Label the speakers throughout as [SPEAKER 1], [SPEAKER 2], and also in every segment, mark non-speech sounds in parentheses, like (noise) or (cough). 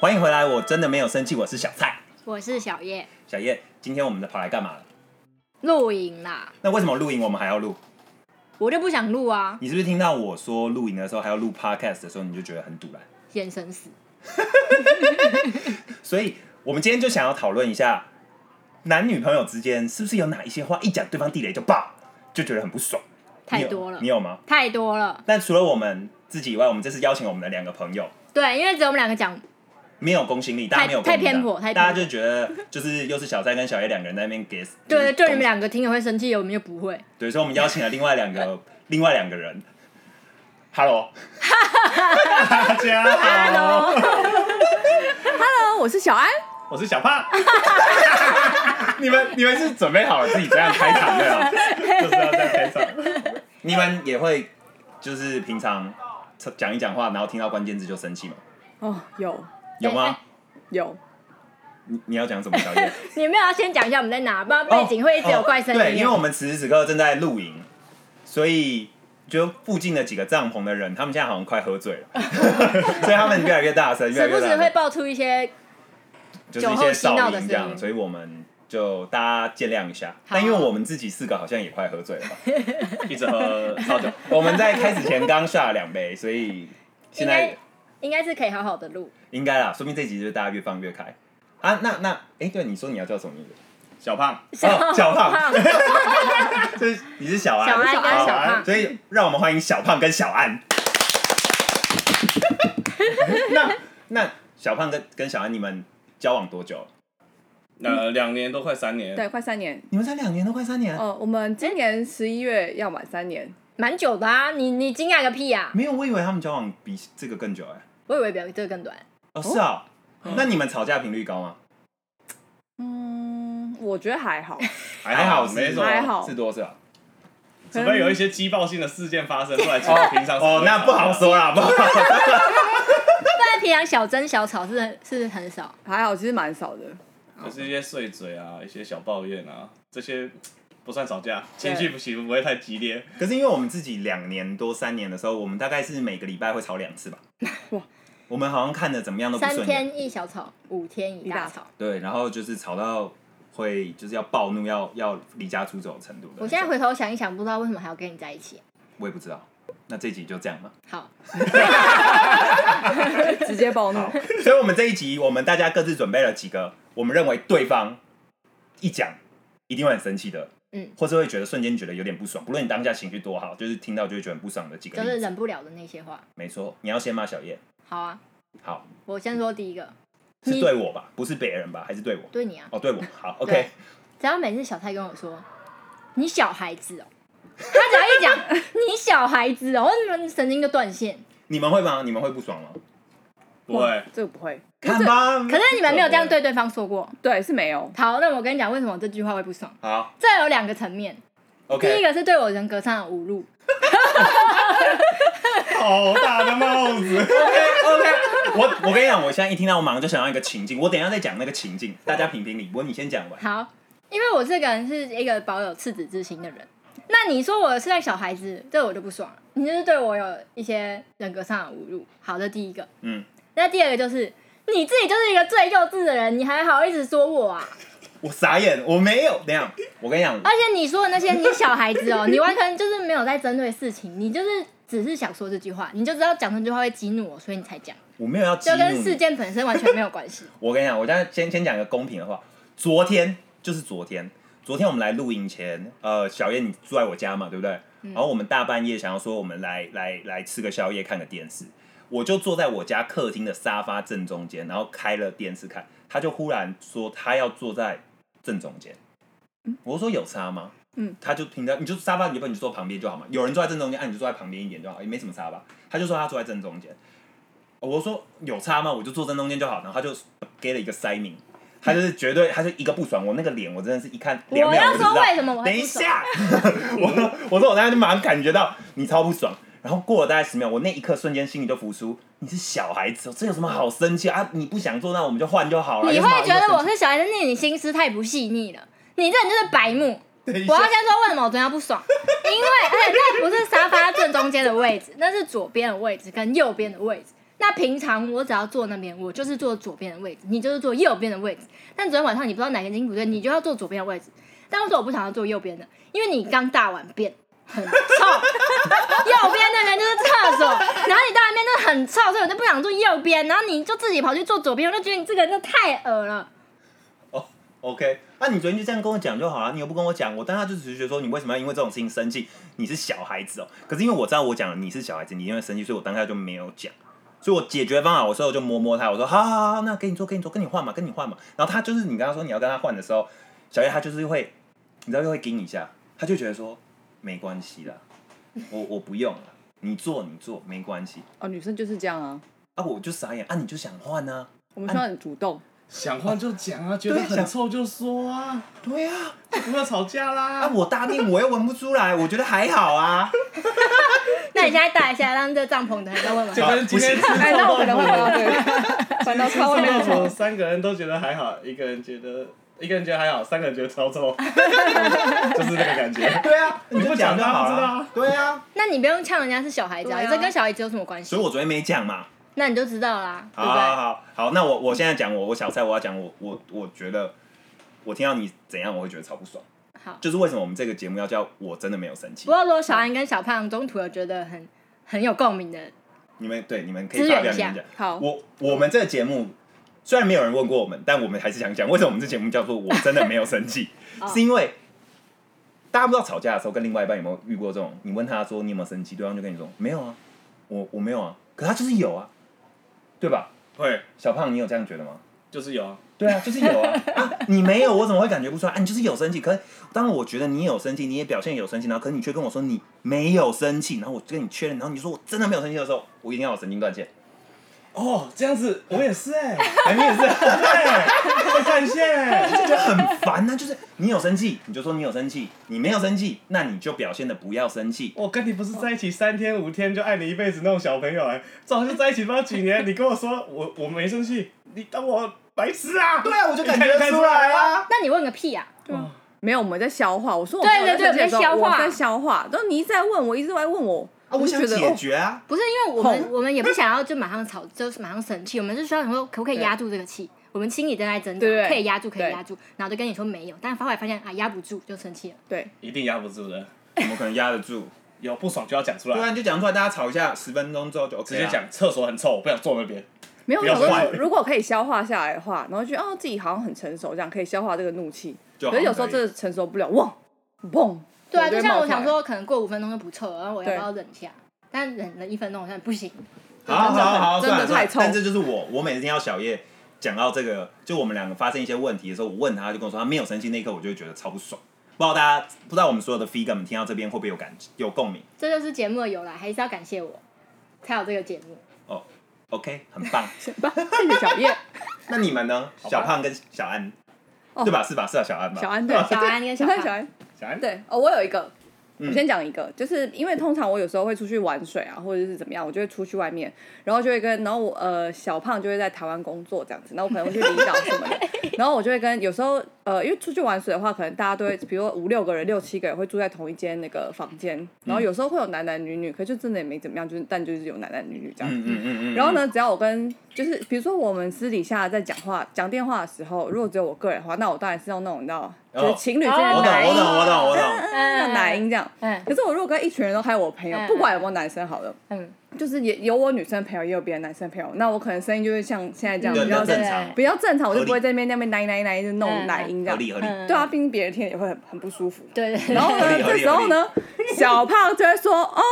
[SPEAKER 1] 欢迎回来，我真的没有生气，我是小蔡。
[SPEAKER 2] 我是小叶，
[SPEAKER 1] 小叶，今天我们跑来干嘛了？
[SPEAKER 2] 露营啦，
[SPEAKER 1] 那为什么录影我们还要录？
[SPEAKER 2] 我就不想录啊，
[SPEAKER 1] 你是不是听到我说录影的时候还要录 podcast 的时候，你就觉得很堵然？
[SPEAKER 2] 眼神死。
[SPEAKER 1] 所以我们今天就想要讨论一下，男女朋友之间是不是有哪一些话一讲对方地雷就爆，就觉得很不爽？
[SPEAKER 2] 太
[SPEAKER 1] 你有
[SPEAKER 2] 多了
[SPEAKER 1] 你有吗？
[SPEAKER 2] 太多了，
[SPEAKER 1] 但除了我们自己以外，我们这次邀请我们的两个朋友，
[SPEAKER 2] 对，因为只有我们两个讲，
[SPEAKER 1] 没有公信力，大家没有
[SPEAKER 2] 太
[SPEAKER 1] 公
[SPEAKER 2] 偏
[SPEAKER 1] 信力
[SPEAKER 2] 颇太偏颇
[SPEAKER 1] 大家就觉得就是又是小蔡跟小叶两个人在那边给，
[SPEAKER 2] 对，就你们
[SPEAKER 1] 俩，
[SPEAKER 2] 两个听了会生气，我们又不会。
[SPEAKER 3] 啊
[SPEAKER 1] 对，所以我们邀请了另外两个另外两个人，Hello，大家好，
[SPEAKER 3] Hello，我是小安。
[SPEAKER 1] (laughs) 我是小胖， (laughs) 你们你们是准备好了自己这样开场的啊，就是要这样开场，你们也会就是平常讲一讲话，然后听到关键字就生气吗？
[SPEAKER 3] 哦，有
[SPEAKER 1] 有
[SPEAKER 2] 哎
[SPEAKER 1] 吗？
[SPEAKER 3] 有，
[SPEAKER 1] 你你要讲什么小叶？
[SPEAKER 2] 你们要先讲一下我们在哪，不然背景会一直有怪声
[SPEAKER 1] 哦对，因
[SPEAKER 2] 音
[SPEAKER 1] 为。我们此时此刻正在露营，所以就附近的几个帐篷的人，他们现在好像快喝醉了，
[SPEAKER 2] (laughs)
[SPEAKER 1] 所以他们越来越大声，越来
[SPEAKER 2] 时
[SPEAKER 1] 越
[SPEAKER 2] 不
[SPEAKER 1] 大
[SPEAKER 2] 时会
[SPEAKER 1] 声，
[SPEAKER 2] 爆出一些，
[SPEAKER 1] 就是一
[SPEAKER 2] 酒后
[SPEAKER 1] 些
[SPEAKER 2] 嬉闹
[SPEAKER 1] 噪
[SPEAKER 2] 的
[SPEAKER 1] 音这
[SPEAKER 2] 声
[SPEAKER 1] 样，
[SPEAKER 2] 音
[SPEAKER 1] 所以我们就大家见谅一下。
[SPEAKER 2] 好
[SPEAKER 1] 但因为我们自己四个好像也快喝醉了吧， (laughs) 一直喝好久。 (laughs) 我们在开始前刚下了两杯，所以现
[SPEAKER 2] 应
[SPEAKER 1] 在
[SPEAKER 2] 该应该是可以好好的录。
[SPEAKER 1] 应该啦，说明这集就是大家越放越开啊。那那哎，对，你说你要叫什么名字？小胖， (laughs) 哦小胖，就是你是小安，
[SPEAKER 2] 小安
[SPEAKER 3] 跟
[SPEAKER 1] 好
[SPEAKER 2] 小胖
[SPEAKER 1] 所以让我们欢迎小胖跟小安。 (laughs) 那那小胖跟跟小安，你们交往多久了？
[SPEAKER 4] 呃，两年都快三年，
[SPEAKER 3] 对，快三年。
[SPEAKER 1] 你们才两年，都快三年。啊
[SPEAKER 3] 哦，我们今年十一月要满三年。
[SPEAKER 2] (laughs) 蛮久的啊，你你惊讶个屁啊！
[SPEAKER 1] 没有，我以为他们交往比这个更久哎。
[SPEAKER 2] 我以为比这个更短，
[SPEAKER 1] 哦，是啊。那你们吵架频率高吗？
[SPEAKER 3] 嗯，我觉得还好，
[SPEAKER 1] 还好，是
[SPEAKER 4] 没什么，
[SPEAKER 3] 还好
[SPEAKER 1] 是多少？
[SPEAKER 4] 除非有一些激爆性的事件发生，不然其实平常是
[SPEAKER 1] 哦，
[SPEAKER 4] 会
[SPEAKER 1] 那不好说啦，不好说。 (laughs)
[SPEAKER 2] 不然平常小争小吵是很是很
[SPEAKER 1] 哦
[SPEAKER 2] 少。
[SPEAKER 3] 还好，其实蛮少的。
[SPEAKER 4] 就是一些碎嘴啊，一些小抱怨啊，这些不算吵架，情绪不起伏不会太激烈。
[SPEAKER 1] 可是因为我们自己两年多三年的时候，我们大概是每个礼拜会吵两次吧。
[SPEAKER 3] (laughs) 哇
[SPEAKER 1] 我们好像看着怎么样都不
[SPEAKER 2] 三
[SPEAKER 1] 顺眼。
[SPEAKER 2] 天一小吵，五天一
[SPEAKER 3] 一
[SPEAKER 2] 大
[SPEAKER 3] 大
[SPEAKER 2] 吵。
[SPEAKER 1] 对，然后就是吵到会就是要暴怒，要要离家出走的程度的那种。
[SPEAKER 2] 我现在回头想一想，不知道为什么还要跟你在一起。
[SPEAKER 1] 我也不知道。那这集就这样吧。
[SPEAKER 2] 好，
[SPEAKER 3] 直接暴怒。
[SPEAKER 1] 好， (laughs) 所以我们这一集我们大家各自准备了几个我们认为对方一讲一定会很生气的，
[SPEAKER 2] 嗯，
[SPEAKER 1] 或是会觉得瞬间觉得有点不爽，不论你当下情绪多好，就是听到就会觉得很不爽的几个
[SPEAKER 2] 就
[SPEAKER 1] 例
[SPEAKER 2] 是
[SPEAKER 1] 子。
[SPEAKER 2] 忍不了的那些话。
[SPEAKER 1] 没错，你要先骂小叶。
[SPEAKER 2] 好啊，
[SPEAKER 1] 好，
[SPEAKER 2] 我先说第一个，
[SPEAKER 1] 是
[SPEAKER 2] 你
[SPEAKER 1] 对我吧？不是别人吧？还是对我？
[SPEAKER 2] 对你啊，
[SPEAKER 1] 哦，对我。好
[SPEAKER 2] 对
[SPEAKER 1] ，OK。
[SPEAKER 2] 只要每次小蔡跟我说你小孩子哦，他只要一讲你小孩子哦，我怎么神经就断线。
[SPEAKER 1] 你们会吗？你们会不爽吗？
[SPEAKER 4] 不会，
[SPEAKER 3] 这个不会。
[SPEAKER 1] 看吧。
[SPEAKER 2] 可是你们没有这
[SPEAKER 1] 嗯
[SPEAKER 2] 样对对方说过。
[SPEAKER 3] 对，是没有。
[SPEAKER 2] 好，那我跟你讲为什么这句话会不爽。
[SPEAKER 1] 好
[SPEAKER 2] 这有两个层面，第一
[SPEAKER 1] ，OK。
[SPEAKER 2] 个是对我人格上的侮辱，
[SPEAKER 4] 好大的帽子，
[SPEAKER 1] 我我跟你讲，我现在一听到，我马上就想到一个情境，我等一下再讲那个情境，大家评评理。我你先讲完。
[SPEAKER 2] 好，因为我这个人是一个保有赤子之心的人。那你说我是在小孩子，这我就不爽了。你就是对我有一些人格上的侮辱。好的，第一个，
[SPEAKER 1] 嗯，
[SPEAKER 2] 那第二个就是你自己就是一个最幼稚的人，你还好意思说我啊？
[SPEAKER 1] 我傻眼，我没有。等一下，我跟你讲，
[SPEAKER 2] 而且你说的那些你小孩子
[SPEAKER 1] (laughs)
[SPEAKER 2] 哦，你完全就是没有在针对事情，你就是只是想说这句话，你就知道讲这句话会激怒我，所以你才讲，
[SPEAKER 1] 我没有要激
[SPEAKER 2] 就
[SPEAKER 1] 怒
[SPEAKER 2] 跟事
[SPEAKER 1] 你。
[SPEAKER 2] 件本身完全没有关系。
[SPEAKER 1] 我跟你讲，我现在先先讲一个公平的话。昨天就是昨天，昨天我们来录影前，呃，小燕你住在我家嘛，对不对？然后我们大半夜想要说，我们来来来吃个宵夜，看个电视。我就坐在我家客厅的沙发正中间，然后开了电视看。他就忽然说他要坐在正中间，我说有差吗？
[SPEAKER 3] 嗯，
[SPEAKER 1] 他就平常你就沙发，你就不然你就坐旁边就好嘛。有人坐在正中间，啊，你就坐在旁边一点就好，也没什么差吧。他就说他坐在正中间，我说有差吗？我就坐正中间就好。然后他就给了一个塞明，他就是绝对，他就一个不爽。我那个脸，我真的是一看 (laughs) 两
[SPEAKER 2] 我
[SPEAKER 1] 秒
[SPEAKER 2] 要
[SPEAKER 1] 就知道
[SPEAKER 2] 说。为什么我还
[SPEAKER 1] 等一
[SPEAKER 2] 不爽？
[SPEAKER 1] 下， (laughs) 我我说我当时就马上感觉到你超不爽，然后过了大概十秒，我那一刻瞬间心里就浮出，你是小孩子哦，这有什么好生气啊？你不想做那我们就换就好了。
[SPEAKER 2] 你
[SPEAKER 1] 有
[SPEAKER 2] 会
[SPEAKER 1] 什么好
[SPEAKER 2] 觉得我
[SPEAKER 1] 生气
[SPEAKER 2] 是小孩子，那你心思太不细腻了。你这人就是白目。
[SPEAKER 1] 等一
[SPEAKER 2] 我要
[SPEAKER 1] 下
[SPEAKER 2] 先说为什么我昨天不爽，因为而且那不是沙发正中间的位置，那是左边的位置跟右边的位置。那平常我只要坐那边，我就是坐左边的位置，你就是坐右边的位置。但昨天晚上你不知道哪根筋不对，你就要坐左边的位置。但我说我不想要坐右边的，因为你刚大完便，很臭，右边那边就是厕所，然后你大完便真的很臭，所以我就不想坐右边，然后你就自己跑去坐左边，我就觉得你这个人真的太恶了。
[SPEAKER 1] 哦，OK，那、你昨天就这样跟我讲就好了，你又不跟我讲，我当下就只是觉得说你为什么要因为这种事情生气？你是小孩子哦，可是因为我知道我讲了你是小孩子，你因为生气，所以我当下就没有讲。所以我解决方法，我事后就摸摸他，我说好好好好，那给你做，给你做，跟你换嘛，跟你换嘛。然后他就是你跟他说你要跟他换的时候，小叶他就是会，你知道就会盯一下，他就觉得说没关系啦，我我不用了，你做你做没关系
[SPEAKER 3] 哦，女生就是这样啊，
[SPEAKER 1] 啊，我就傻眼啊，你就想换啊，
[SPEAKER 3] 我们需要很主动。
[SPEAKER 4] (laughs) 想换就讲啊，觉得
[SPEAKER 1] 对
[SPEAKER 4] 很
[SPEAKER 1] 想
[SPEAKER 4] 臭就说啊，
[SPEAKER 1] 对啊，
[SPEAKER 4] 不要吵架
[SPEAKER 1] 啊
[SPEAKER 4] 啦。
[SPEAKER 1] 我大便我又闻不出来，我觉得还好啊。
[SPEAKER 2] 那你现在带一下，让这帐篷的人都问
[SPEAKER 4] 结
[SPEAKER 2] 完。
[SPEAKER 4] 果今天吃
[SPEAKER 3] 哎，那我可能
[SPEAKER 4] (laughs)
[SPEAKER 3] 会回到
[SPEAKER 4] 臭
[SPEAKER 3] 这个，反倒看外面
[SPEAKER 4] 啊豆
[SPEAKER 3] 的
[SPEAKER 4] 腐，
[SPEAKER 3] 虫。
[SPEAKER 4] (laughs) 三个人都觉得还好，一个人觉得一个人觉得还好，三个人觉得
[SPEAKER 3] (laughs)
[SPEAKER 4] 超臭， (laughs) 就是这个感觉。
[SPEAKER 1] 对
[SPEAKER 2] (laughs)
[SPEAKER 1] 啊，你
[SPEAKER 4] 你
[SPEAKER 1] 就
[SPEAKER 4] 不
[SPEAKER 1] 讲
[SPEAKER 4] 讲
[SPEAKER 1] 就
[SPEAKER 4] 就好
[SPEAKER 1] 好
[SPEAKER 4] 了
[SPEAKER 1] 了。对啊，
[SPEAKER 2] 那你不用呛人家是小孩子啊，
[SPEAKER 3] 对啊
[SPEAKER 2] 这跟小孩子有什么关系
[SPEAKER 1] 所以？我昨天没讲嘛。
[SPEAKER 2] 那你就知道啦，
[SPEAKER 1] 好
[SPEAKER 2] 对不
[SPEAKER 1] 好
[SPEAKER 2] 对？
[SPEAKER 1] 好好，那我我现在讲我我小蔡，我要讲我我我觉得我听到你怎样，我会觉得超不爽。
[SPEAKER 2] 好。
[SPEAKER 1] 就是为什么我们这个节目要叫我真的没有生气
[SPEAKER 2] 不？过如果小安跟小胖中途有觉得很很有共鸣的，
[SPEAKER 1] 你们对你们可
[SPEAKER 2] 支
[SPEAKER 1] 以
[SPEAKER 2] 援
[SPEAKER 1] 发表
[SPEAKER 2] 一
[SPEAKER 1] 你
[SPEAKER 2] 下
[SPEAKER 1] 们讲。
[SPEAKER 3] 好，
[SPEAKER 1] 我我们这个节目虽然没有人问过我们，但我们还是想讲，为什么我们这节目叫做“我真的没有生气
[SPEAKER 2] (laughs) 哦”，
[SPEAKER 1] 是因为大家不知道吵架的时候跟另外一半有没有遇过这种，你问他说你有没有生气，对方就跟你说没有啊，我我没有啊，可他就是有啊，对吧？
[SPEAKER 4] 会
[SPEAKER 1] 小胖，你有这样觉得吗？
[SPEAKER 4] 就是有啊，
[SPEAKER 1] 对啊，就是有 (laughs) 啊啊！你没有，我怎么会感觉不出来？啊，你就是有生气。可是当我觉得你有生气，你也表现有生气，然后可是你却跟我说你没有生气，然后我跟你确认，然后你说我真的没有生气的时候，我一定要有神经断线。
[SPEAKER 4] 哦，这样子我也是哎、欸，
[SPEAKER 1] 哎，你也是啊，
[SPEAKER 4] 会断线哎、
[SPEAKER 1] 这就很烦啊！就是你有生气，你就说你有生气；你没有生气，那你就表现的不要生气。
[SPEAKER 4] 我跟你不是在一起三天五天就爱你一辈子那种小朋友哎、早就在一起不知道几年，你跟我说我我没生气，你当我白痴啊？
[SPEAKER 1] 对啊，我就感
[SPEAKER 4] 你看
[SPEAKER 1] 觉
[SPEAKER 4] 得
[SPEAKER 1] 出
[SPEAKER 4] 出
[SPEAKER 1] 来
[SPEAKER 4] 来
[SPEAKER 1] 啊。
[SPEAKER 2] 那你问个屁啊！
[SPEAKER 3] 没有，我们在消化。我说我
[SPEAKER 2] 对
[SPEAKER 3] 没有
[SPEAKER 2] 对对
[SPEAKER 3] 在生气的时候
[SPEAKER 2] 我在消化
[SPEAKER 3] 我在消化。然后你一直在问我，一直在问我，
[SPEAKER 1] 啊，我
[SPEAKER 3] 就
[SPEAKER 1] 想
[SPEAKER 3] 觉得
[SPEAKER 1] 解
[SPEAKER 3] 哦
[SPEAKER 1] 决啊。
[SPEAKER 2] 不是因为我们
[SPEAKER 3] 吼
[SPEAKER 2] 我们也不想要就马上吵，就是马上生气，我们是需要想说可不可以压住这个气，我们心里正在挣扎
[SPEAKER 3] 对对，
[SPEAKER 2] 可以压住，可以
[SPEAKER 3] 对
[SPEAKER 2] 压住，然后就跟你说没有，但是后来发现啊压不住就生气了。
[SPEAKER 3] 对，
[SPEAKER 4] 一定压不住的，
[SPEAKER 1] 怎么可能压得住？
[SPEAKER 4] 有不爽就要讲出
[SPEAKER 1] 对
[SPEAKER 4] 来，
[SPEAKER 1] 啊，你就讲出来，大家吵一下，十分钟之后就 OK
[SPEAKER 4] 直
[SPEAKER 1] 啊
[SPEAKER 4] 接讲厕所很臭，我不想坐那边。
[SPEAKER 3] 没有。
[SPEAKER 4] 不要
[SPEAKER 3] 我想
[SPEAKER 4] 换
[SPEAKER 3] 说如果可以消化下来的话，然后觉得哦自己好像很成熟，这样可以消化这个怒气。
[SPEAKER 1] 就好
[SPEAKER 3] 可是有时候
[SPEAKER 1] 可以
[SPEAKER 3] 真的承受不了，哇，嘣。
[SPEAKER 2] 对啊，
[SPEAKER 3] 就
[SPEAKER 2] 就
[SPEAKER 3] 会
[SPEAKER 2] 像我
[SPEAKER 3] 冒出来
[SPEAKER 2] 想，说，可能过五分钟就不臭了，然后我要
[SPEAKER 3] 对
[SPEAKER 2] 不要忍一下？但忍了一分钟好像不行。
[SPEAKER 1] 好
[SPEAKER 3] 真的
[SPEAKER 1] 好
[SPEAKER 3] 很
[SPEAKER 1] 好，
[SPEAKER 3] 真
[SPEAKER 1] 算
[SPEAKER 3] 的
[SPEAKER 1] 了算
[SPEAKER 3] 太
[SPEAKER 1] 了，
[SPEAKER 3] 臭
[SPEAKER 1] 但这就是我，我每次听到小叶讲到这个，就我们两个发生一些问题的时候，我问他，他就跟我说他没有生气，那一刻我就会觉得超不爽。不知道大家不知道我们所有的 figure 们听到这边会不会有感有共鸣
[SPEAKER 2] 这就是节目的由来，还是要感谢我才有这个节目。
[SPEAKER 1] ？OK，很棒。
[SPEAKER 2] (laughs)
[SPEAKER 3] 谢谢小叶、
[SPEAKER 1] 那你们呢？
[SPEAKER 4] 吧
[SPEAKER 1] 小胖跟小安，
[SPEAKER 3] 哦
[SPEAKER 1] 对吧？是吧？是吧？小安吧？
[SPEAKER 3] 小安
[SPEAKER 2] 对
[SPEAKER 3] (laughs) 对，
[SPEAKER 2] 小安跟小胖
[SPEAKER 3] 小安
[SPEAKER 4] 小安，
[SPEAKER 3] 对哦，我有一个，
[SPEAKER 1] 嗯
[SPEAKER 3] 我先讲一个，就是因为通常我有时候会出去玩水啊，或者是怎么样，我就会出去外面，然后就会跟，然后我呃小胖就会在台湾工作这样子，然后我可能会去离岛什么
[SPEAKER 1] (laughs)
[SPEAKER 3] 的，然后我就会跟有时候呃，因为出去玩水的话，可能大家都会，比如说五六个人、六七个人会住在同一间那个房间，然
[SPEAKER 1] 嗯
[SPEAKER 3] 后有时候会有男男女女，可就真的也没怎么样，就是但就是有男男女女这样子。
[SPEAKER 1] 嗯嗯嗯嗯。
[SPEAKER 3] 然后呢，只要我跟就是比如说我们私底下在讲话、讲电话的时候，如果只有我个人的话，那我当然是用那种你知道，就是
[SPEAKER 1] 哦
[SPEAKER 3] 情侣之间
[SPEAKER 1] 我
[SPEAKER 3] 的
[SPEAKER 1] 懂，
[SPEAKER 3] 男
[SPEAKER 1] 我
[SPEAKER 3] 音
[SPEAKER 1] 懂，我懂，我懂。
[SPEAKER 3] (laughs) 那种男音这样。
[SPEAKER 2] 嗯
[SPEAKER 3] 可是我如果跟一群人都还有我朋友
[SPEAKER 2] 嗯，
[SPEAKER 3] 不管有没有男生好了，
[SPEAKER 2] 嗯，
[SPEAKER 3] 就是也有我女生朋友，也有别的男生朋友，那我可能声音就会像现在这样
[SPEAKER 1] 对，嗯
[SPEAKER 3] 比
[SPEAKER 1] 比
[SPEAKER 3] 较
[SPEAKER 1] 较
[SPEAKER 2] 对
[SPEAKER 1] 正
[SPEAKER 3] 正
[SPEAKER 1] 常，
[SPEAKER 3] 比较正常，我就不
[SPEAKER 1] 合
[SPEAKER 3] 会
[SPEAKER 1] 理
[SPEAKER 3] 在那边那边奶奶奶就弄奶音这
[SPEAKER 1] 合
[SPEAKER 3] 样。
[SPEAKER 1] 理合理。
[SPEAKER 2] 嗯
[SPEAKER 3] 对啊，毕竟别人听了也会很很不舒服。
[SPEAKER 2] 对对对 (laughs)
[SPEAKER 3] 然后
[SPEAKER 1] 合
[SPEAKER 3] 呢，
[SPEAKER 1] 理合
[SPEAKER 3] 这
[SPEAKER 1] 理
[SPEAKER 3] 时候呢，小胖就会说：“哦，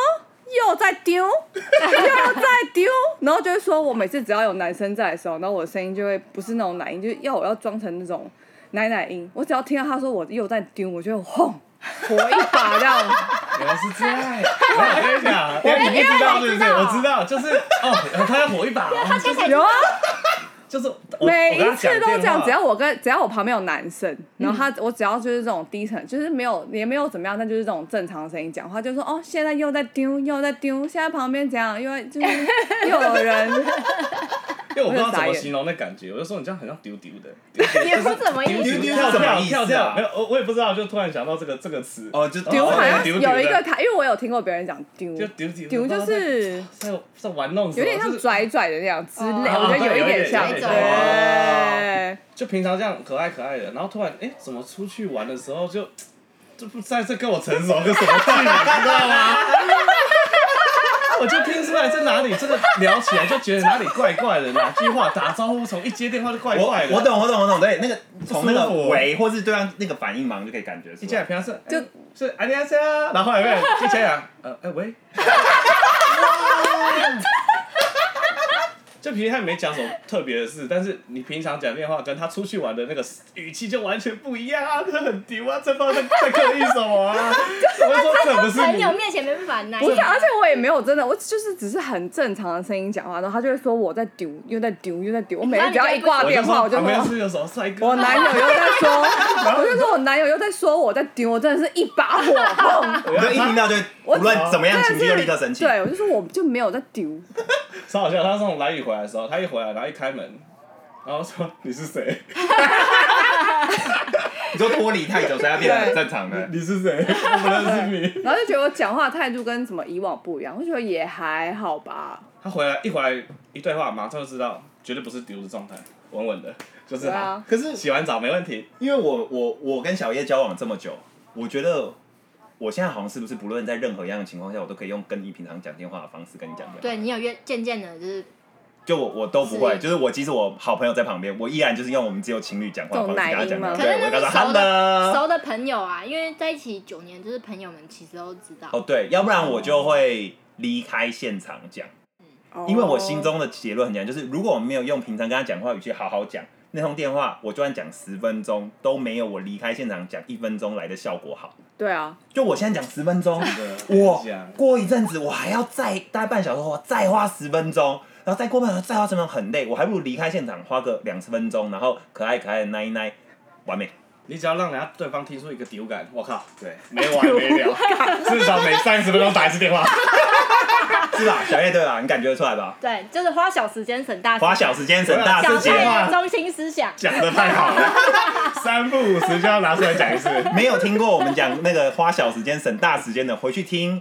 [SPEAKER 3] 又在丢，又在丢。”然后就会说：“我每次只要有男生在的时候，然后我的声音就会不是那种奶音，就是要我要装成那种奶奶音。我只要听到他说我又在丢，我就轰火一把这样。
[SPEAKER 4] 原来是这样。我跟你讲，哎，你不知道对
[SPEAKER 2] 原
[SPEAKER 4] 不对？
[SPEAKER 2] 来
[SPEAKER 4] 我
[SPEAKER 2] 你
[SPEAKER 4] 知
[SPEAKER 2] 知
[SPEAKER 4] 道，就是哦，他要火一把，
[SPEAKER 3] 有啊，
[SPEAKER 4] 就是我
[SPEAKER 3] 每一次都这样，只。要
[SPEAKER 4] 我
[SPEAKER 3] 我跟只要我旁边有男生，然后他、我只要就是这种低沉，就是没有也没有怎么样，但就是这种正常的声音讲话，就说哦，现在又在丢，又在丢，现在旁边怎样，又在就是又有人，
[SPEAKER 4] 跟他讲电话因为我不知道
[SPEAKER 3] 我就
[SPEAKER 4] 怎
[SPEAKER 3] 傻
[SPEAKER 4] 么
[SPEAKER 3] 眼
[SPEAKER 4] 形容那感觉，我就说你这样很像丢丢的， (laughs) 丢
[SPEAKER 2] 你们怎么
[SPEAKER 1] 丢丢
[SPEAKER 2] 意思？啊
[SPEAKER 4] 丢
[SPEAKER 1] 丢是
[SPEAKER 4] 跳
[SPEAKER 1] 什么
[SPEAKER 4] 跳
[SPEAKER 1] 意思
[SPEAKER 4] 跳
[SPEAKER 1] 啊
[SPEAKER 4] 跳，没有我我也不知道，就突然想到这个这个词，
[SPEAKER 1] 哦，就
[SPEAKER 3] 丢好像
[SPEAKER 4] 丢丢的
[SPEAKER 3] 有一个台，因为我有听过别人讲丢，
[SPEAKER 4] 就丢丢
[SPEAKER 3] 丢就是
[SPEAKER 4] 在在玩弄什么，
[SPEAKER 3] 有点像
[SPEAKER 4] 就是
[SPEAKER 3] 拽拽的那样之类，
[SPEAKER 2] 哦
[SPEAKER 3] 我觉得有一
[SPEAKER 4] 有一点
[SPEAKER 3] 点像，
[SPEAKER 2] 有一
[SPEAKER 3] 对
[SPEAKER 2] 种
[SPEAKER 1] 哦
[SPEAKER 4] 就平常这样可爱可爱的，然后突然哎、诶怎么出去玩的时候就就不在这跟我成熟个什么劲，你知道吗？ (laughs) 我就听出来在哪里，这个聊起来就觉得哪里怪怪的，哪句话打招呼从一接电话就怪
[SPEAKER 1] 我
[SPEAKER 4] 怪的。
[SPEAKER 1] 我，懂我懂我懂，对那个从那
[SPEAKER 4] 舒服
[SPEAKER 1] 个
[SPEAKER 4] 哦
[SPEAKER 1] 尾或是对方那个反应忙就可以感觉
[SPEAKER 4] 一
[SPEAKER 1] 出
[SPEAKER 4] 进来
[SPEAKER 1] 来。
[SPEAKER 4] 平常是
[SPEAKER 3] 就
[SPEAKER 4] 诶是安尼是啊，然后后来面一起来讲呃哎、喂， (laughs) 就平常没讲什么特别的事，但是你平常讲电话跟他出去玩的那个语气就完全不一样啊，这很丢啊，这方在在刻意什么啊？我就说这不是
[SPEAKER 2] 朋
[SPEAKER 4] 你
[SPEAKER 2] 友，面前没办法难。
[SPEAKER 3] 不是，而且我也没有真的，我就是只是很正常的声音讲话，然后他就会说我在丢，又在丢，又在丢。我每次只要一挂
[SPEAKER 4] 我
[SPEAKER 3] 电话，我
[SPEAKER 4] 就
[SPEAKER 3] 就
[SPEAKER 4] 说旁啊边
[SPEAKER 3] 说
[SPEAKER 4] 是有什么帅哥，
[SPEAKER 3] (laughs) 我男友又在
[SPEAKER 4] (laughs)
[SPEAKER 3] 说，我就说我男友又在说我在丢，我真的是一把火
[SPEAKER 4] (laughs)
[SPEAKER 3] 砰！
[SPEAKER 1] 你就一听到就
[SPEAKER 3] 我
[SPEAKER 1] 无论怎么样
[SPEAKER 3] 真的
[SPEAKER 1] 情绪就是立刻生气。
[SPEAKER 3] 对，我就说我就没有在丢，
[SPEAKER 4] 超好笑。他从蓝宇回来的时候，他一回来，然后一开门，然后说你是谁？ (laughs)
[SPEAKER 1] 你就脱离太久，所以它变得很正常的。
[SPEAKER 4] 你是谁？ (laughs) 我不认识你。
[SPEAKER 3] 然后就觉得我讲话态度跟什么以往不一样，我觉得也还好吧。
[SPEAKER 4] 他回来一回来一对话，马上就知道绝对不是丢的状态，稳稳的，就是
[SPEAKER 3] 对啊
[SPEAKER 4] 他
[SPEAKER 1] 可是
[SPEAKER 4] 洗完澡没问题。
[SPEAKER 1] 因为我我我跟小叶交往这么久，我觉得我现在好像是不是不论在任何样的情况下，我都可以用跟你平常讲电话的方式跟你讲电话。
[SPEAKER 2] 对你有越渐渐的，就是
[SPEAKER 1] 就我我都不会，
[SPEAKER 2] 是
[SPEAKER 1] 就是我即使我好朋友在旁边，我依然就是用我们只有情侣讲话的方式跟他
[SPEAKER 3] 这
[SPEAKER 1] 讲
[SPEAKER 3] 种奶
[SPEAKER 1] 话。
[SPEAKER 3] 音吗
[SPEAKER 2] 可是
[SPEAKER 1] 对，我就跟
[SPEAKER 2] 那
[SPEAKER 1] 他说
[SPEAKER 2] 是熟的
[SPEAKER 1] hello。
[SPEAKER 2] 熟的朋友啊，因为在一起九年，就是朋友们其实都知道。
[SPEAKER 1] 哦，对，要不然我就会离开现场讲，
[SPEAKER 3] 哦
[SPEAKER 1] 因为我心中的结论很简单，就是如果我没有用平常跟他讲话语气好好讲。那通电话，我就算讲十分钟，都没有我离开现场讲一分钟来的效果好。
[SPEAKER 3] 对啊，
[SPEAKER 1] 就我现在讲十分钟，我
[SPEAKER 4] 我讲
[SPEAKER 1] 过一阵子我还要再待半小时后再花十分钟，然后再过半小时再花十分钟很累，我还不如离开现场花个两分钟，然后可爱可爱的奶一奶，完美。
[SPEAKER 4] 你只要让人家对方听出一个丢感，我靠，对，没完没
[SPEAKER 3] (laughs)
[SPEAKER 4] 了，至少每三十分钟打一次电话。 (laughs)
[SPEAKER 1] 是吧，小叶对吧？你感觉得出来吧？
[SPEAKER 2] 对，就是花小时间省大钱，
[SPEAKER 1] 花小时间省大
[SPEAKER 2] 小
[SPEAKER 1] 事情，
[SPEAKER 2] 太阳中心思想。
[SPEAKER 4] 讲的太好了，三不五时就要拿出来 (laughs) 讲一次。
[SPEAKER 1] 没有听过我们讲那个花小时间省大时间的，回去听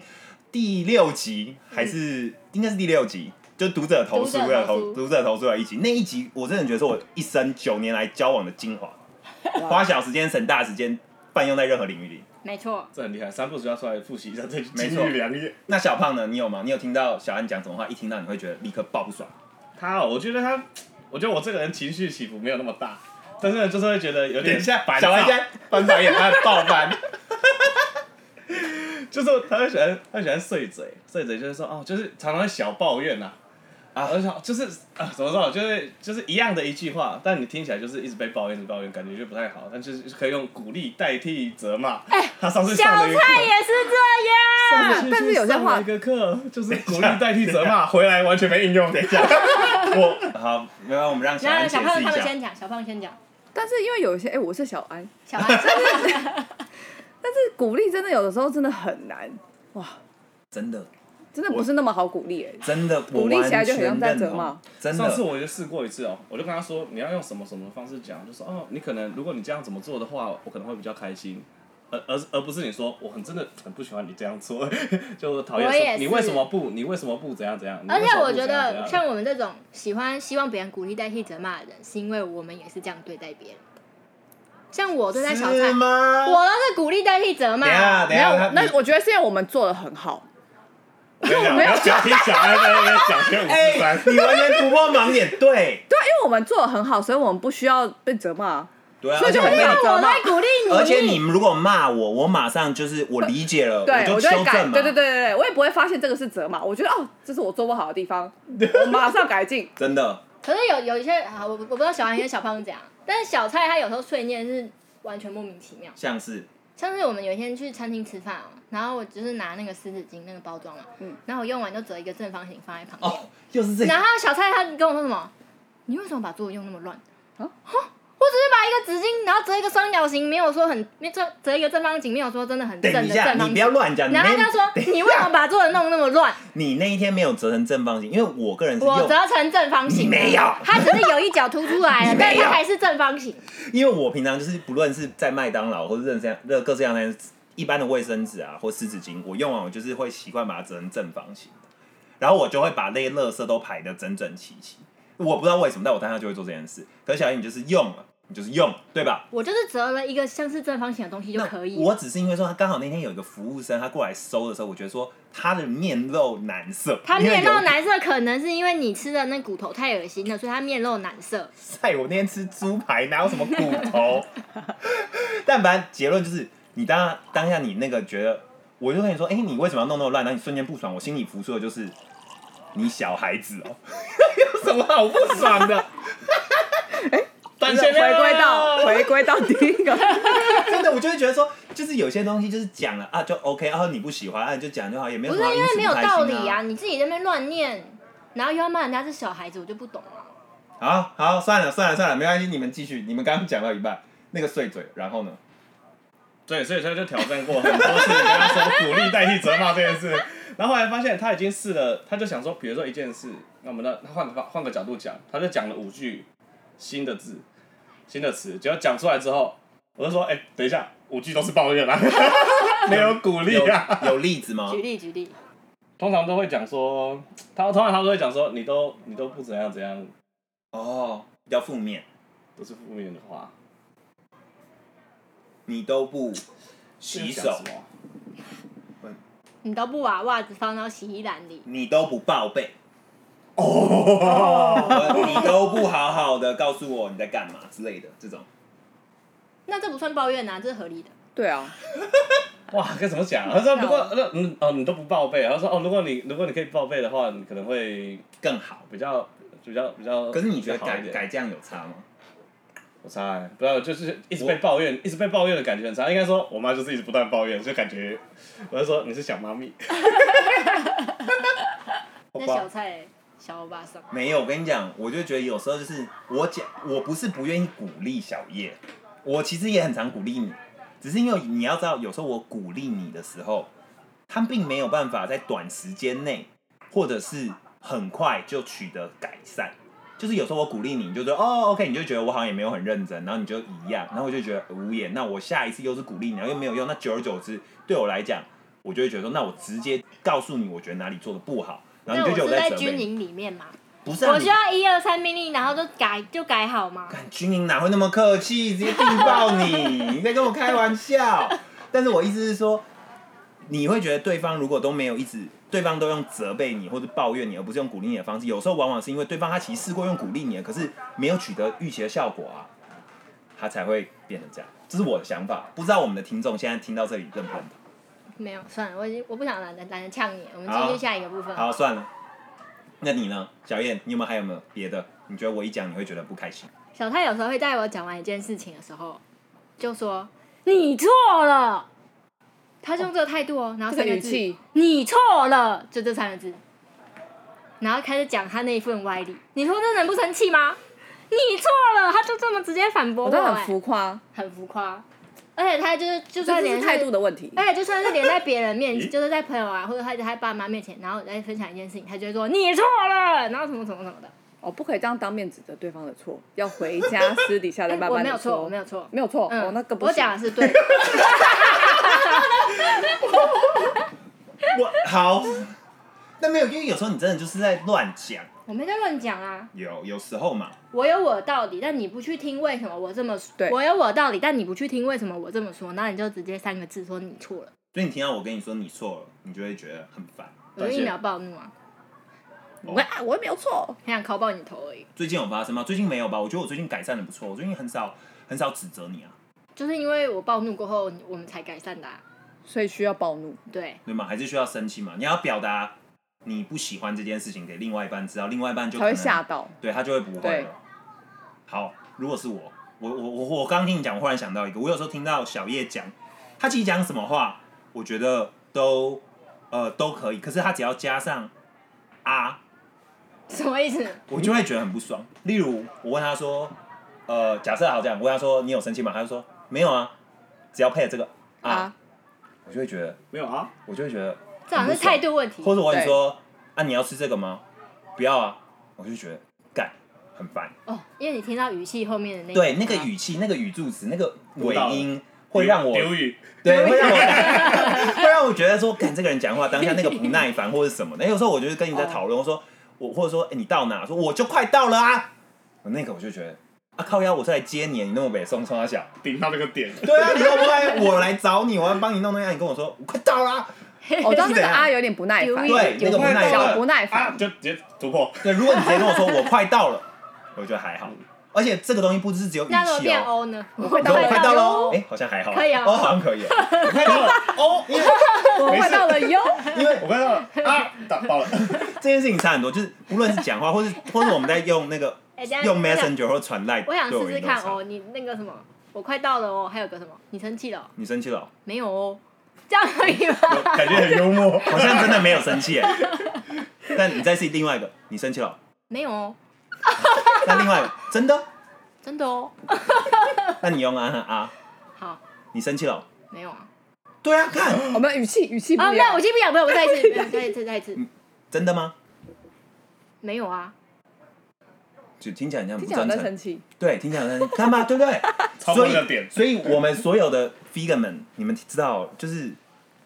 [SPEAKER 1] 第六集还是应该是第六集，就读者投诉
[SPEAKER 2] 读者
[SPEAKER 1] 的
[SPEAKER 2] 投
[SPEAKER 1] 投
[SPEAKER 2] 诉
[SPEAKER 1] 读者投诉的一集，那一集我真的觉得是我一生九年来交往的精华。花小时间省大时间，泛用在任何领域里。
[SPEAKER 2] 没错，
[SPEAKER 4] 这很厉害，三不五时要出来复习一下这句
[SPEAKER 1] 没
[SPEAKER 4] 金
[SPEAKER 1] 错
[SPEAKER 4] 玉良言。
[SPEAKER 1] 那小胖呢？你有吗？你有听到小安讲什么话？一听到你会觉得立刻爆不爽。
[SPEAKER 4] 他哦，我觉得他，我觉得我这个人情绪起伏没有那么大，但是就是会觉得有点
[SPEAKER 1] 小
[SPEAKER 4] 烦躁
[SPEAKER 1] 安现在翻白眼，他爆翻。
[SPEAKER 4] (laughs) 就是他会喜欢，他会喜欢碎嘴，碎嘴就是说哦，就是常常会小抱怨呐、啊，我就想就是啊，怎么说，就是就是一样的一句话，但你听起来就是一直被抱怨，一直抱怨，感觉就不太好，但就是可以用鼓励代替责骂。
[SPEAKER 3] 哎
[SPEAKER 4] 他上次
[SPEAKER 2] 小
[SPEAKER 4] 上
[SPEAKER 2] 蔡
[SPEAKER 4] 了一个课，
[SPEAKER 2] 也是这样。
[SPEAKER 4] 上次去
[SPEAKER 3] 但是有些
[SPEAKER 4] 上了
[SPEAKER 3] 话
[SPEAKER 4] 一个课就是鼓励代替
[SPEAKER 1] (laughs)
[SPEAKER 4] 责骂，回来完全没应用。等一下，我
[SPEAKER 1] 好，没有，我们让小
[SPEAKER 2] (laughs) 然
[SPEAKER 1] 安
[SPEAKER 2] 后
[SPEAKER 1] 解
[SPEAKER 2] 小胖
[SPEAKER 1] 释一
[SPEAKER 2] 他们
[SPEAKER 1] 下。
[SPEAKER 2] 先讲，小胖先讲，
[SPEAKER 3] 但是因为有一些，哎、我是小安，
[SPEAKER 2] (laughs) 小胖先
[SPEAKER 1] (laughs)
[SPEAKER 2] 讲。
[SPEAKER 3] 但是鼓励真的有的时候真的很难，
[SPEAKER 1] 真的，
[SPEAKER 3] 真的不是那么好鼓励、哎。
[SPEAKER 1] 真的，我
[SPEAKER 3] 鼓励
[SPEAKER 1] 完
[SPEAKER 3] 起来就
[SPEAKER 1] 全
[SPEAKER 3] 很像在
[SPEAKER 1] 认
[SPEAKER 3] 责
[SPEAKER 1] 同
[SPEAKER 3] 骂。
[SPEAKER 1] 真
[SPEAKER 4] 上次
[SPEAKER 1] 的，
[SPEAKER 4] 我就试过一次哦，我就跟他说你要用什么什么方式讲，就说哦，你可能如果你这样怎么做的话，我可能会比较开心，而而而不是你说我很真的很不喜欢你这样做，就讨厌
[SPEAKER 2] 我也
[SPEAKER 4] 说
[SPEAKER 2] 是
[SPEAKER 4] 你为什么不你为什么不怎样怎样，你
[SPEAKER 2] 而
[SPEAKER 4] 为什
[SPEAKER 2] 且
[SPEAKER 4] 么
[SPEAKER 2] 我
[SPEAKER 4] 不
[SPEAKER 2] 觉
[SPEAKER 4] 怎样怎
[SPEAKER 2] 得，
[SPEAKER 4] 样
[SPEAKER 2] 像我们这种喜欢希望别人鼓励代替责骂的人，是因为我们也是这样对待别人。像我对待小蔡
[SPEAKER 1] 是，吗？
[SPEAKER 2] 我都是鼓励代替责骂
[SPEAKER 1] 等一下，
[SPEAKER 2] 啊。
[SPEAKER 1] 等一
[SPEAKER 3] 没有
[SPEAKER 1] 下，他，
[SPEAKER 3] 那我觉得是因为我们做的很好，
[SPEAKER 4] 我跟你讲，不要讲听小孩在那边讲些五
[SPEAKER 1] 哎
[SPEAKER 4] 四三，，
[SPEAKER 1] 你完全突破盲点，对，
[SPEAKER 3] 对，啊因为我们做的很好，所以我们不需要被责骂。
[SPEAKER 1] 对啊，
[SPEAKER 3] 所以就
[SPEAKER 1] 而且我
[SPEAKER 3] 没
[SPEAKER 1] 跟
[SPEAKER 3] 有
[SPEAKER 1] 你
[SPEAKER 3] 责
[SPEAKER 2] 我
[SPEAKER 3] 骂。
[SPEAKER 2] 在鼓励你，
[SPEAKER 1] 而且你们如果骂我，我马上就是我理解了，
[SPEAKER 3] 对，
[SPEAKER 1] 就
[SPEAKER 3] 我就
[SPEAKER 1] 修
[SPEAKER 3] 会改，
[SPEAKER 1] 正嘛。
[SPEAKER 3] 对对对对，对我也不会发现这个是责骂，我觉得哦，这是我做不好的
[SPEAKER 1] (laughs)
[SPEAKER 3] 地方，我马上改进。
[SPEAKER 1] 真的，
[SPEAKER 2] 可是有有一些啊，我我不知道小韩跟小胖是怎样，但是小蔡他有时候碎念是完全莫名其妙。
[SPEAKER 1] 像是
[SPEAKER 2] 上次我们有一天去餐厅吃饭哦，然后我就是拿那个湿纸巾那个包装嘛，
[SPEAKER 3] 嗯
[SPEAKER 2] 然后我用完就折一个正方形放在旁边，
[SPEAKER 1] 哦，又是这个
[SPEAKER 2] 然，后小蔡他跟我说什么？你为什么把桌子用那么乱？
[SPEAKER 3] 啊
[SPEAKER 2] 啊，我只是把一个纸巾，然后折一个三角形，没有说很没折折一个正方形，没有说真的很正
[SPEAKER 1] 等
[SPEAKER 2] 的
[SPEAKER 1] 一
[SPEAKER 2] 正
[SPEAKER 1] 下，
[SPEAKER 2] 方
[SPEAKER 1] 你不要
[SPEAKER 2] 形。
[SPEAKER 1] 乱讲。你
[SPEAKER 2] 然后
[SPEAKER 1] 那
[SPEAKER 2] 他说：“你为什么把桌子弄那么
[SPEAKER 1] (laughs)
[SPEAKER 2] 乱？
[SPEAKER 1] 你那一天没有折成正方形，因为我个人是
[SPEAKER 2] 我
[SPEAKER 1] 用，
[SPEAKER 2] 折成正方形，
[SPEAKER 1] 你没有
[SPEAKER 2] 它只是有一角凸出来
[SPEAKER 1] (laughs)
[SPEAKER 2] 了，
[SPEAKER 1] 你没
[SPEAKER 2] 但
[SPEAKER 1] 有
[SPEAKER 2] 它还是正方形。
[SPEAKER 1] 因为我平常就是不论是在麦当劳或者任样各各式各样的一般的卫生纸啊或湿纸巾，我用完我就是会习惯把它折成正方形，然后我就会把那些垃圾都排的整整齐齐。我不知道为什么，但我当下就会做这件事。可是小英，你就是用了，你就是用，对吧？
[SPEAKER 2] 我就是折了一个像是正方形的东西就
[SPEAKER 1] 那
[SPEAKER 2] 可以。
[SPEAKER 1] 我只是因为说，他刚好那天有一个服务生，他过来收的时候，我觉得说他的面露难色，
[SPEAKER 2] 它面
[SPEAKER 1] 因为
[SPEAKER 2] 露
[SPEAKER 1] 有
[SPEAKER 2] 难色，可能是因为你吃的那骨头太恶心了，所以它面露难色。
[SPEAKER 1] 菜。我那天吃猪排，哪有什么骨头？ (laughs) 但反正结论就是，你当当下你那个觉得，我就跟你说，哎、你为什么要弄那么乱？然后你瞬间不爽，我心里浮出的就是你小孩子
[SPEAKER 2] (laughs)
[SPEAKER 1] 哦、
[SPEAKER 4] 有什么好不爽的？但
[SPEAKER 3] 回归到
[SPEAKER 1] 啊
[SPEAKER 3] 回归到第一
[SPEAKER 1] (laughs)
[SPEAKER 3] 个，
[SPEAKER 1] 真的，我就会觉得说，就是有些东西就是讲了啊，就 OK，啊你不喜欢啊，你就讲就好，也没有
[SPEAKER 2] 不
[SPEAKER 1] 什
[SPEAKER 2] 是
[SPEAKER 1] 么好
[SPEAKER 2] 因为没有道
[SPEAKER 1] 因此不开
[SPEAKER 2] 理
[SPEAKER 1] 心
[SPEAKER 2] 啊，
[SPEAKER 1] 啊。
[SPEAKER 2] 你自己在那边乱念，然后又要骂人家是小孩子，我就不懂啊了。
[SPEAKER 1] 好好，算了算了算了，没关系，你们继续，你们刚刚讲到一半，那个碎嘴，然后呢？
[SPEAKER 4] 对，所以他就挑战过很多次，跟他说鼓励代替责骂这件事。然后后来发现他已经试了，他就想说，比如说一件事，那我们的他换个换个角度讲，他就讲了五句新的字、新的词，结果讲出来之后，我就说，哎、等一下，五句都是抱怨啊， (laughs) 没有鼓励啊。
[SPEAKER 1] 有有例子吗
[SPEAKER 2] 举？例举例，
[SPEAKER 4] 通常都会讲说，他通常他都会讲说，你都你都不怎样怎样，
[SPEAKER 1] 哦，比较负面，
[SPEAKER 4] 都是负面的话。
[SPEAKER 1] 你都不洗
[SPEAKER 4] 这
[SPEAKER 1] 手
[SPEAKER 4] 是讲，什
[SPEAKER 1] (laughs)
[SPEAKER 4] 么
[SPEAKER 2] 你都不把袜子放到洗衣篮里，
[SPEAKER 1] 你都不报备，
[SPEAKER 4] 哦，
[SPEAKER 1] 我你都不好好的告诉我你在干嘛之类的这种。
[SPEAKER 2] 那这不算抱怨啊，这是合理的。
[SPEAKER 3] 对啊，
[SPEAKER 4] 哇，该怎么讲啊？他说如果那嗯哦你都不报备，他说哦如果你如果你可以报备的话，你可能会
[SPEAKER 1] (laughs) 更好，
[SPEAKER 4] 比较比较比较。
[SPEAKER 1] 可是你觉得
[SPEAKER 4] 比较好
[SPEAKER 1] 改
[SPEAKER 4] 一点
[SPEAKER 1] 改这样有差吗？
[SPEAKER 4] 我差、欸，不知道就是一直被抱怨，一直被抱怨的感觉很差。应该说我妈就是一直不断抱怨，就感觉我就说你是小妈咪。
[SPEAKER 2] 那小菜小欧巴桑，
[SPEAKER 1] 没有，我跟你讲，我就觉得有时候就是我讲，我不是不愿意鼓励小叶，我其实也很常鼓励你，只是因为你要知道，有时候我鼓励你的时候，他并没有办法在短时间内，或者是很快就取得改善。就是有时候我鼓励你，你就说哦，OK，你就觉得我好像也没有很认真，然后你就一样，然后我就觉得无言。那我下一次又是鼓励你，然后又没有用，那久而久之，对我来讲，我就会觉得说，那我直接告诉你，我觉得哪里做的不好，然
[SPEAKER 2] 那
[SPEAKER 1] 后你就
[SPEAKER 2] 我
[SPEAKER 1] 觉
[SPEAKER 2] 是
[SPEAKER 1] 得在责
[SPEAKER 2] 在
[SPEAKER 1] 备
[SPEAKER 2] 军
[SPEAKER 1] 你。
[SPEAKER 2] 营里面嘛，
[SPEAKER 1] 不是、啊、
[SPEAKER 2] 我
[SPEAKER 1] 你
[SPEAKER 2] 需要一二三命令，然后就改就改好嘛。
[SPEAKER 1] 干军营哪会那么客气，直接定爆你！ (laughs) 你在跟我开玩笑。但是我意思是说，你会觉得对方如果都没有一直，对方都用责备你或者抱怨你，而不是用鼓励你的方式，有时候往往是因为对方他其实试过用鼓励你的，可是没有取得预期的效果啊，他才会变成这样。这是我的想法，不知道我们的听众现在听到这里认不认同？
[SPEAKER 2] 没有，算了，我已经我不想懒得懒得呛你，我们继
[SPEAKER 1] 好
[SPEAKER 2] 续下一个部分。
[SPEAKER 1] 好，算了。那你呢，小燕？你有没有还有没有别的？你觉得我一讲你会觉得不开心？
[SPEAKER 2] 小太有时候会在我讲完一件事情的时候，就说你错了，他就用这个态度哦，然后
[SPEAKER 3] 这个
[SPEAKER 2] 三
[SPEAKER 3] 语
[SPEAKER 2] 个字，
[SPEAKER 3] 气，
[SPEAKER 2] 你错了，就这三个字，然后开始讲他那一份歪理，你说这能不生气吗？你错了，他就这么直接反驳
[SPEAKER 3] 我
[SPEAKER 2] 我、
[SPEAKER 3] 觉得
[SPEAKER 2] 哎
[SPEAKER 3] 很浮夸，
[SPEAKER 2] 很浮夸，而且他就是就
[SPEAKER 3] 这
[SPEAKER 2] 算
[SPEAKER 3] 就是
[SPEAKER 2] 连
[SPEAKER 3] 态度的问题。
[SPEAKER 2] 而且就算是连在别人面，(laughs)
[SPEAKER 4] 咦
[SPEAKER 2] 就是在朋友啊，或者他在他爸妈面前，然后在分享一件事情，他就会说你错了，然后什么什么什么的。
[SPEAKER 3] 哦，不可以这样当面指责对方的错，要回家私底下再
[SPEAKER 2] 哎
[SPEAKER 3] 慢
[SPEAKER 2] 我
[SPEAKER 3] 慢
[SPEAKER 2] 没
[SPEAKER 3] 的
[SPEAKER 2] 有错，我
[SPEAKER 3] 说
[SPEAKER 2] 没。有错，
[SPEAKER 3] 没有错，
[SPEAKER 2] 嗯，
[SPEAKER 3] 哦，那个不
[SPEAKER 2] 我
[SPEAKER 3] 行
[SPEAKER 2] 讲的是对的，
[SPEAKER 1] 我好， (laughs) 那没有，因为有时候你真的就是在乱讲，
[SPEAKER 2] 我没在乱讲啊，
[SPEAKER 1] 有有时候嘛，
[SPEAKER 2] 我有我的道理，但你不去听为什么我这么说
[SPEAKER 3] 对，
[SPEAKER 2] 我有我的道理，但你不去听为什么我这么说，那你就直接三个字说你错了，
[SPEAKER 1] 所以你听到我跟你说你错了，你就会觉得很烦。
[SPEAKER 2] 我就
[SPEAKER 4] 抱
[SPEAKER 2] 一
[SPEAKER 4] 歉
[SPEAKER 2] 秒暴怒啊，
[SPEAKER 3] 我啊我也没有错，
[SPEAKER 2] 很想敲爆你头而已，
[SPEAKER 1] 最近有发生吗？最近没有吧？我觉得我最近改善的不错，我最近很少很少指责你啊，
[SPEAKER 2] 就是因为我暴怒过后，我们才改善的、啊，
[SPEAKER 3] 所以需要暴怒。
[SPEAKER 2] 对，
[SPEAKER 1] 对吗？还是需要生气嘛？你要表达你不喜欢这件事情给另外一半知道，另外一半就
[SPEAKER 3] 才
[SPEAKER 1] 可能
[SPEAKER 3] 会吓，到。
[SPEAKER 1] 对他就会不会
[SPEAKER 3] 对
[SPEAKER 1] 了。好，如果是我，我我我我刚听你讲，我忽然想到一个，我有时候听到小叶讲，他其实讲什么话，我觉得都呃都可以，可是他只要加上啊。
[SPEAKER 2] 什么意思？
[SPEAKER 1] 我就会觉得很不爽。例如，我问他说：“呃，假设好这样，我跟他说你有生气吗？他就说没有啊，只要配这个啊， (laughs)
[SPEAKER 3] 啊，
[SPEAKER 1] 我就会觉得，
[SPEAKER 4] 没有啊，
[SPEAKER 1] 我就会觉得，
[SPEAKER 2] 这好像是态度问题。
[SPEAKER 1] 或者我跟你说啊，你要吃这个吗？不要啊，我就觉得干很烦。
[SPEAKER 2] 哦，因为你听到语气后面的那个啊
[SPEAKER 1] 对，那个语气、那个语助词、那个尾
[SPEAKER 4] 到了
[SPEAKER 1] 音，会让我
[SPEAKER 4] 丢语，
[SPEAKER 1] 对，会让我 (laughs) 会让我觉得说，干这个人讲话当下那个不耐烦或者什么的。有时候我就是跟你在讨论，我说我或者说、哎你到哪？说我就快到了啊。我那个我就觉得啊靠腰，我是来接你，你那么北送冲他小。
[SPEAKER 4] 顶到那个点，
[SPEAKER 1] 对啊，你又不来，我来找你，我要帮你弄那样，你跟我说我快到啊啦、
[SPEAKER 3] 我知道那
[SPEAKER 1] 是
[SPEAKER 3] 个
[SPEAKER 1] 怎样
[SPEAKER 3] 啊有点不耐烦，
[SPEAKER 1] 对，那个不耐
[SPEAKER 3] 小不
[SPEAKER 1] 烦。
[SPEAKER 3] 耐
[SPEAKER 4] (laughs) 啊，
[SPEAKER 3] 烦，
[SPEAKER 4] 就直接突破，
[SPEAKER 1] 对，如果你直接跟我说我快到了，我觉得还好。而且这个东西不只是只有语
[SPEAKER 2] 那如果
[SPEAKER 1] 气
[SPEAKER 2] 变
[SPEAKER 1] 哦。
[SPEAKER 2] 欧
[SPEAKER 1] (laughs)
[SPEAKER 2] 呢？我
[SPEAKER 1] 你说我快到喽，
[SPEAKER 2] 喽
[SPEAKER 1] 哎、，好像还好，
[SPEAKER 2] 可以啊
[SPEAKER 1] 哦，好像可以，
[SPEAKER 4] 我看到了哦，因为
[SPEAKER 3] 我快到了哟，
[SPEAKER 1] 因为
[SPEAKER 4] 我看到了啊，打爆了，
[SPEAKER 1] 这件事情差很多，就是不论是讲话，或是或是我们在用那个
[SPEAKER 2] 哎等一下
[SPEAKER 1] 用
[SPEAKER 2] 我想
[SPEAKER 1] Messenger 或传赖，
[SPEAKER 2] 我想
[SPEAKER 1] 对
[SPEAKER 2] 试试
[SPEAKER 1] 影都
[SPEAKER 2] 看
[SPEAKER 1] 差
[SPEAKER 2] 哦，。你那个什么，我快到了哦，还有个什么，你生气了哦？
[SPEAKER 1] 你生气了哦、
[SPEAKER 2] 没有哦，这样可以吗？
[SPEAKER 4] 感觉很幽默，
[SPEAKER 1] 好像真的没有生
[SPEAKER 2] (laughs)
[SPEAKER 1] 气耶。但你再试另外一个，你生气了哦、
[SPEAKER 2] 没有哦，
[SPEAKER 1] 那另外一个真的？
[SPEAKER 2] 真的哦，
[SPEAKER 1] 那你用啊啊啊，
[SPEAKER 2] 好，
[SPEAKER 1] 你生气了哦、
[SPEAKER 2] 没有啊。
[SPEAKER 1] 对啊，看
[SPEAKER 3] 我们语气语气不
[SPEAKER 2] 啊，
[SPEAKER 3] 一
[SPEAKER 2] 那
[SPEAKER 3] 样
[SPEAKER 2] 我，先不讲，不要，我再一
[SPEAKER 3] (laughs)
[SPEAKER 2] 次，没有再一次，再一次，
[SPEAKER 1] 真的吗？
[SPEAKER 2] 没有啊，
[SPEAKER 1] 就听起来很像不
[SPEAKER 3] 听起来我
[SPEAKER 1] 真
[SPEAKER 3] 在生
[SPEAKER 1] 诚，
[SPEAKER 3] 气，
[SPEAKER 1] 对，听起来很像看吧，对不
[SPEAKER 3] (laughs)
[SPEAKER 1] 对？
[SPEAKER 4] 超过
[SPEAKER 1] 所以
[SPEAKER 4] 那个点
[SPEAKER 1] 所以我们所有的 figure 们，你们知道，就是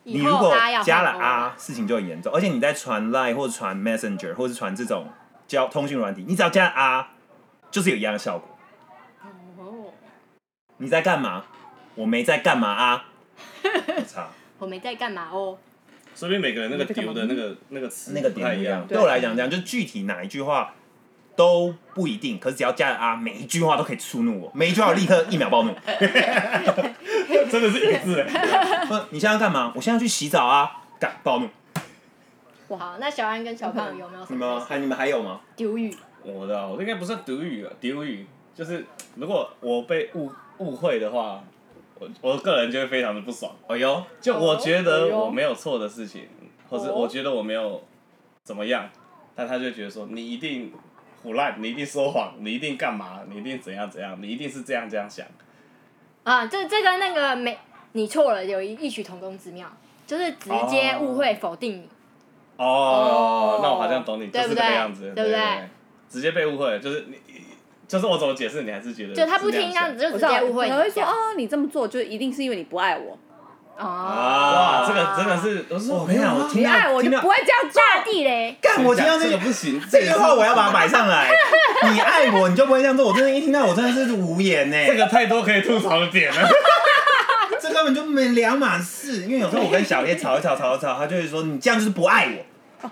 [SPEAKER 1] 你
[SPEAKER 2] 以
[SPEAKER 1] 如
[SPEAKER 2] 后
[SPEAKER 1] 果
[SPEAKER 2] 啊要
[SPEAKER 1] 加了
[SPEAKER 2] 换欧
[SPEAKER 1] 啊，事情就很严重。而且你在传 Line 或传 Messenger 或是传这种交通讯软体，你只要加了啊，就是有一样的效果。
[SPEAKER 2] 哦，
[SPEAKER 1] 你在干嘛？我没在干嘛啊？我操，
[SPEAKER 2] 我没在干嘛哦，
[SPEAKER 4] 说明每个人那个丢的那个那个词
[SPEAKER 1] 那个
[SPEAKER 4] 不太
[SPEAKER 1] 点
[SPEAKER 4] 一
[SPEAKER 1] 一样。
[SPEAKER 4] 样，
[SPEAKER 1] 对我来讲，这样就具体哪一句话都不一定，可是只要加了啊，每一句话都可以触怒我，每一句话我立刻一秒暴怒。
[SPEAKER 4] (laughs) 真的是一个字哎，
[SPEAKER 1] 不，你现在要干嘛？我现在要去洗澡啊，干暴怒。
[SPEAKER 2] 好，那小安跟小胖有没有什
[SPEAKER 1] 你们
[SPEAKER 2] 么
[SPEAKER 1] 还你们还有啊吗？
[SPEAKER 2] 丢语？
[SPEAKER 4] 我的啊我应该不算毒语啊，丢语就是如果我被误误会的话，我我个人就会非常的不爽。哎
[SPEAKER 1] 哦哟，
[SPEAKER 4] 就我觉
[SPEAKER 3] 哦哎
[SPEAKER 4] 得
[SPEAKER 3] 呦
[SPEAKER 4] 我没有错的事情，或是
[SPEAKER 3] 哦
[SPEAKER 4] 我觉得我没有怎么样，但他就觉得说你一定胡乱，你一定说谎，你一定干嘛，你一定怎样怎样，你一定是这样这样想。
[SPEAKER 2] 啊，这这跟那个没你错了有一异曲同工之妙，就是直接误会否定你。
[SPEAKER 4] 哦，那我好像懂你，就
[SPEAKER 2] 对
[SPEAKER 4] 是
[SPEAKER 2] 不
[SPEAKER 4] 这
[SPEAKER 2] 对
[SPEAKER 4] 个样子，
[SPEAKER 2] 对不
[SPEAKER 4] 对
[SPEAKER 2] 对？
[SPEAKER 4] 直接被误会，就是你，就是我怎么解释，你还是觉得
[SPEAKER 2] 就他不
[SPEAKER 4] 是
[SPEAKER 2] 听，
[SPEAKER 4] 这样
[SPEAKER 2] 那
[SPEAKER 4] 想
[SPEAKER 2] 你就
[SPEAKER 3] 我
[SPEAKER 2] 直
[SPEAKER 3] 知道
[SPEAKER 2] 接误会
[SPEAKER 3] 可
[SPEAKER 2] 你
[SPEAKER 3] 能会说
[SPEAKER 2] 这样
[SPEAKER 3] 哦，你这么做就一定是因为你不爱我，
[SPEAKER 2] 哦，
[SPEAKER 1] 啊
[SPEAKER 4] 哇，这个真的是，我说啊
[SPEAKER 1] 我跟你
[SPEAKER 2] 啊
[SPEAKER 1] 讲，我听
[SPEAKER 3] 啊你爱
[SPEAKER 1] 到
[SPEAKER 3] 我就
[SPEAKER 1] 听到
[SPEAKER 3] 不会这样做，
[SPEAKER 2] 炸地雷，
[SPEAKER 1] 干， (laughs) 我听到
[SPEAKER 4] 这
[SPEAKER 1] 这
[SPEAKER 4] 个
[SPEAKER 1] 个
[SPEAKER 4] 不行，
[SPEAKER 1] 这
[SPEAKER 4] 也
[SPEAKER 1] 句
[SPEAKER 4] 是
[SPEAKER 1] 话我要把它摆上来。你爱我，你就不会这样做。我真的，一听到我真的是无言欸呢。
[SPEAKER 4] 这个太多可以吐槽的点了。 (laughs)
[SPEAKER 1] 这根本就没两码事。因为有时候我跟小叶吵一吵，吵一吵，他就会说你这样就是不爱我。
[SPEAKER 3] 哦